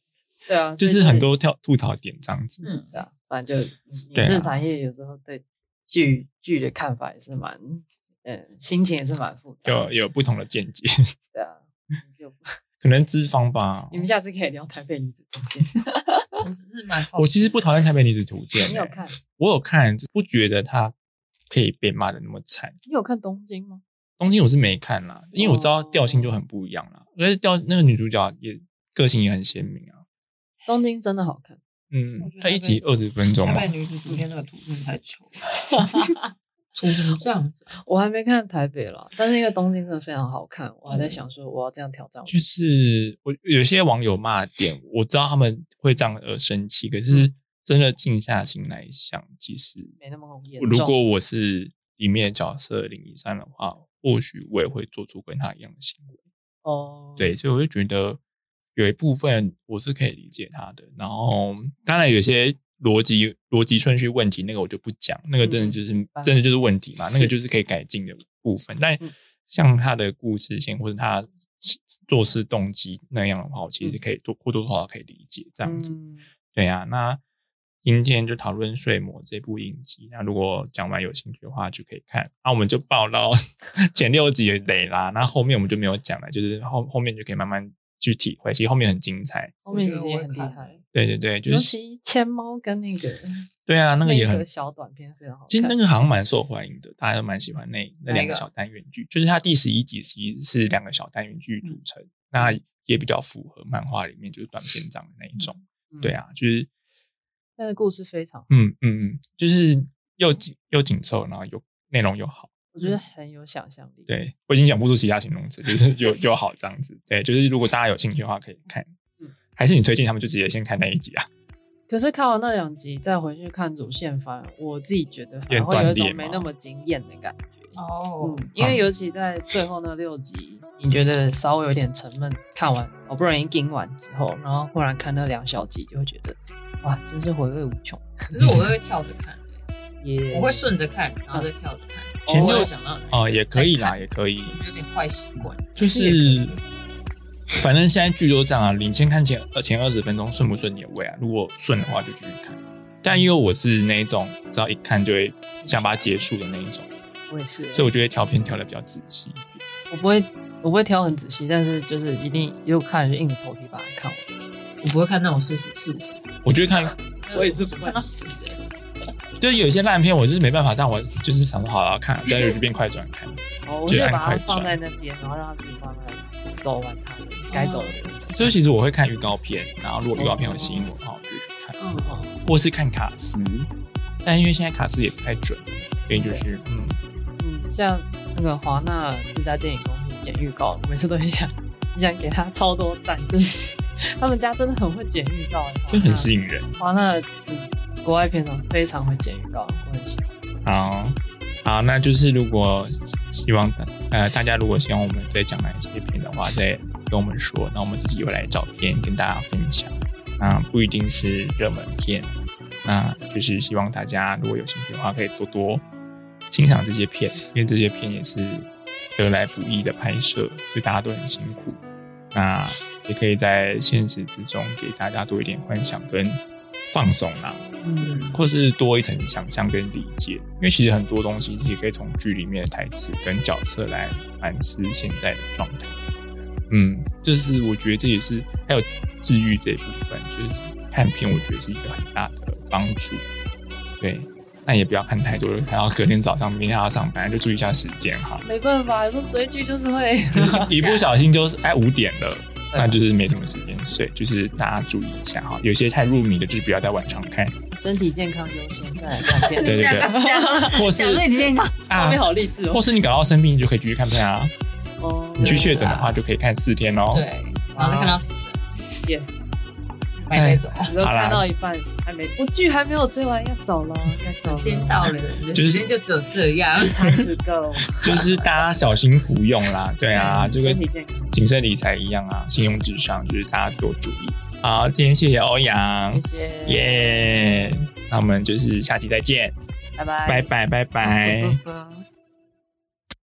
Speaker 3: 对啊，
Speaker 2: 就
Speaker 3: 所以
Speaker 2: 是很多跳吐槽点这样子。
Speaker 1: 嗯，
Speaker 3: 对啊，反正就影
Speaker 2: 对啊
Speaker 3: 视产业有时候对剧剧的看法也是蛮，嗯，心情也是蛮复杂
Speaker 2: 有
Speaker 3: 的。
Speaker 2: 有不同的见解，
Speaker 3: 对啊， 就
Speaker 2: 可能资方吧
Speaker 3: 你。们下次可以聊台北女子图鉴，
Speaker 1: 我只是蛮好奇
Speaker 2: 我其实不讨厌《台北女子图鉴》欸，
Speaker 3: 你有看？
Speaker 2: 我有看，不觉得他可以被骂的那么惨。
Speaker 3: 你有看东京吗？
Speaker 2: 东京我是没看啦，因为我知道调性就
Speaker 3: 哦
Speaker 2: 很不一样啦，而且调那个女主角也个性也很鲜明啊。
Speaker 3: 东京真的好看，
Speaker 2: 嗯
Speaker 1: 我觉，得
Speaker 2: 她一集
Speaker 1: 她
Speaker 2: 二十分钟嘛
Speaker 1: 台，北女子图鉴那个图真的太 丑了，丑成这样子啊，
Speaker 3: 我还没看台北啦，但是因为东京真的非常好看，我还在想说我要这样挑战我自
Speaker 2: 就
Speaker 3: 己。
Speaker 2: 是我有些网友骂的点，我知道他们会这样而生气，可是真的静下心来想，其实
Speaker 3: 没那么严重。
Speaker 2: 如果我是里面的角色林一山的话，或许我也会做出跟他一样的行为。
Speaker 3: 哦，
Speaker 2: 对，所以我就觉得有一部分我是可以理解他的。然后，当然有些逻辑逻辑顺序问题，那个我就不讲，那个真的就是、
Speaker 3: 嗯
Speaker 2: 真的就是问题嘛，
Speaker 3: 是
Speaker 2: 那个就是可以改进的部分。但
Speaker 3: 嗯
Speaker 2: 像他的故事线或者他做事动机那样的话，我其实可以多或多或少可以理解这样子。
Speaker 3: 嗯，
Speaker 2: 对啊，那今天就讨论《睡魔》这部影集。那如果讲完有兴趣的话，就可以看。那、我们就报到 前六集的雷啦，那后面我们就没有讲了，就是后后面就可以慢慢去体会。其实后面很精彩。
Speaker 3: 后面
Speaker 1: 我觉
Speaker 3: 其
Speaker 1: 得
Speaker 3: 实也
Speaker 1: 我会
Speaker 3: 很厉
Speaker 1: 看
Speaker 3: 害，
Speaker 2: 对对对，就
Speaker 3: 尤
Speaker 2: 是
Speaker 3: 其千猫跟那个
Speaker 2: 对啊，那个也很
Speaker 3: 个。小短片非常好看。
Speaker 2: 其实那个好像蛮受欢迎的，大家都蛮喜欢那
Speaker 1: 哪
Speaker 2: 那
Speaker 1: 一
Speaker 2: 两个
Speaker 1: 个
Speaker 2: 小单元剧，就是它第十一集其实是两个小单元剧组成，那也比较符合漫画里面就是短篇章的那一种。
Speaker 3: 嗯
Speaker 2: 对，啊，就是
Speaker 3: 但是故事非常好，
Speaker 2: 嗯嗯嗯，就是又紧又紧凑，然后又内容又好。
Speaker 1: 嗯
Speaker 3: 我觉得很有想象力。
Speaker 2: 对我已经讲不出其他形容词，就是 又又好这样子。对，就是如果大家有兴趣的话，可以看
Speaker 3: 嗯。
Speaker 2: 还是你推荐他们就直接先看那一集啊？
Speaker 3: 可是看完那两集再回去看主线，反而我自己觉得反
Speaker 2: 有
Speaker 3: 而
Speaker 2: 点
Speaker 3: 会有
Speaker 2: 断
Speaker 3: 一
Speaker 2: 裂
Speaker 3: 种
Speaker 2: 吗
Speaker 3: 没那么惊艳的感觉。
Speaker 1: 哦
Speaker 3: 嗯，因为尤其在最后那六集，你觉得稍微有点沉闷，看完好不容易盯完之后，然后忽然看那两小集，就会觉得哇，真是回味无穷。
Speaker 1: 可是我会跳着看，
Speaker 3: 也
Speaker 1: 我会顺着看，然后再跳着看，
Speaker 2: 前
Speaker 1: 偶
Speaker 2: 六
Speaker 1: 尔想到哪里
Speaker 2: 哦、也可以
Speaker 1: 再
Speaker 2: 啦，
Speaker 1: 看
Speaker 2: 也可以。
Speaker 1: 有点坏习 惯，
Speaker 2: 就
Speaker 3: 也可
Speaker 2: 是
Speaker 3: 以
Speaker 2: 反正现在剧都这样啊，你先看前呃前二十分钟顺不顺你的胃啊？如果顺的话就继续看。但因为我是那一种只要一看就会想把它结束的那一种，
Speaker 3: 我也是，
Speaker 2: 所以我就会挑片挑的比较仔细一点。
Speaker 3: 我不会我不会挑很仔细，但是就是一定又看就硬着头皮把它看完。
Speaker 1: 我不会看那种四十四五十，
Speaker 2: 我就会看 我也是不会
Speaker 1: 看到死的，
Speaker 2: 就是有一些烂片，我就是没办法，但我就是想说好好看，但是就变快转看。
Speaker 3: 哦，我
Speaker 2: 就
Speaker 3: 就
Speaker 2: 按
Speaker 3: 把它
Speaker 2: 快
Speaker 3: 放在
Speaker 2: 转
Speaker 3: 那边，然后让它自己慢慢走完它的该走的流程。
Speaker 2: 所以其实我会看预告片，然后如果预告片有吸引我的话，我就去看，
Speaker 1: 嗯嗯，
Speaker 2: 或是看卡斯。但因为现在卡斯也不太准，所以就是嗯，
Speaker 3: 嗯，像那个华纳这家电影公司剪预告，我每次都很想很想给他超多赞，就是他们家真的很会剪预告，
Speaker 2: 就很
Speaker 3: 新。
Speaker 2: 吸引人
Speaker 3: 哇，那嗯国外片场非常会剪预告，我很喜欢。
Speaker 2: 好，好，那就是如果希望呃大家如果希望我们再讲哪一些片的话，再跟我们说，那我们自己会来找片跟大家分享。那不一定是热门片，那就是希望大家如果有兴趣的话，可以多多欣赏这些片，因为这些片也是得来不易的拍摄，所以大家都很辛苦。那也可以在现实之中给大家多一点幻想跟放松啦、
Speaker 3: 嗯，
Speaker 2: 或是多一层想象跟理解，因为其实很多东西也可以从剧里面的台词跟角色来反思现在的状态。嗯，就是我觉得这也是还有治愈这一部分，就是看片我觉得是一个很大的帮助。对，但也不要看太多，看到隔天早上明天还要上班，就注意一下时间哈。
Speaker 3: 没办法，有时候追剧就是会。
Speaker 2: 一不小心就是哎五点了，那就是没什么时间睡，就是大家注意一下哈。有些太入迷的，就是不要在晚上看。
Speaker 3: 身体健康优先，再来看片。
Speaker 2: 对对 对或是
Speaker 1: 讲对你健康，
Speaker 3: 画
Speaker 2: 啊
Speaker 3: 面，好励志哦
Speaker 2: 或。是你感到生病，你就可以继续看片啊。
Speaker 3: 哦
Speaker 2: 你去确诊的话，就可以看四天哦。
Speaker 1: 对，然后再看到死神，
Speaker 3: ，yes，
Speaker 1: 买那种
Speaker 3: 你都
Speaker 2: 好啦
Speaker 3: 看到一半还没，我剧还没有追完，要走了，该走了。
Speaker 1: 时间到了，你的
Speaker 2: 就是
Speaker 1: 时间就只有这样。
Speaker 3: ，time to go。
Speaker 2: 就是大家小心服用啦。对啊，就跟
Speaker 3: 身体健康。
Speaker 2: 谨慎理财一样啊，信用至上，就是大家多注意。好，今天谢谢欧阳
Speaker 3: 谢，谢，
Speaker 2: 耶、那我们就是下期再见，
Speaker 3: 拜拜，
Speaker 2: 拜拜拜拜。
Speaker 1: 拜拜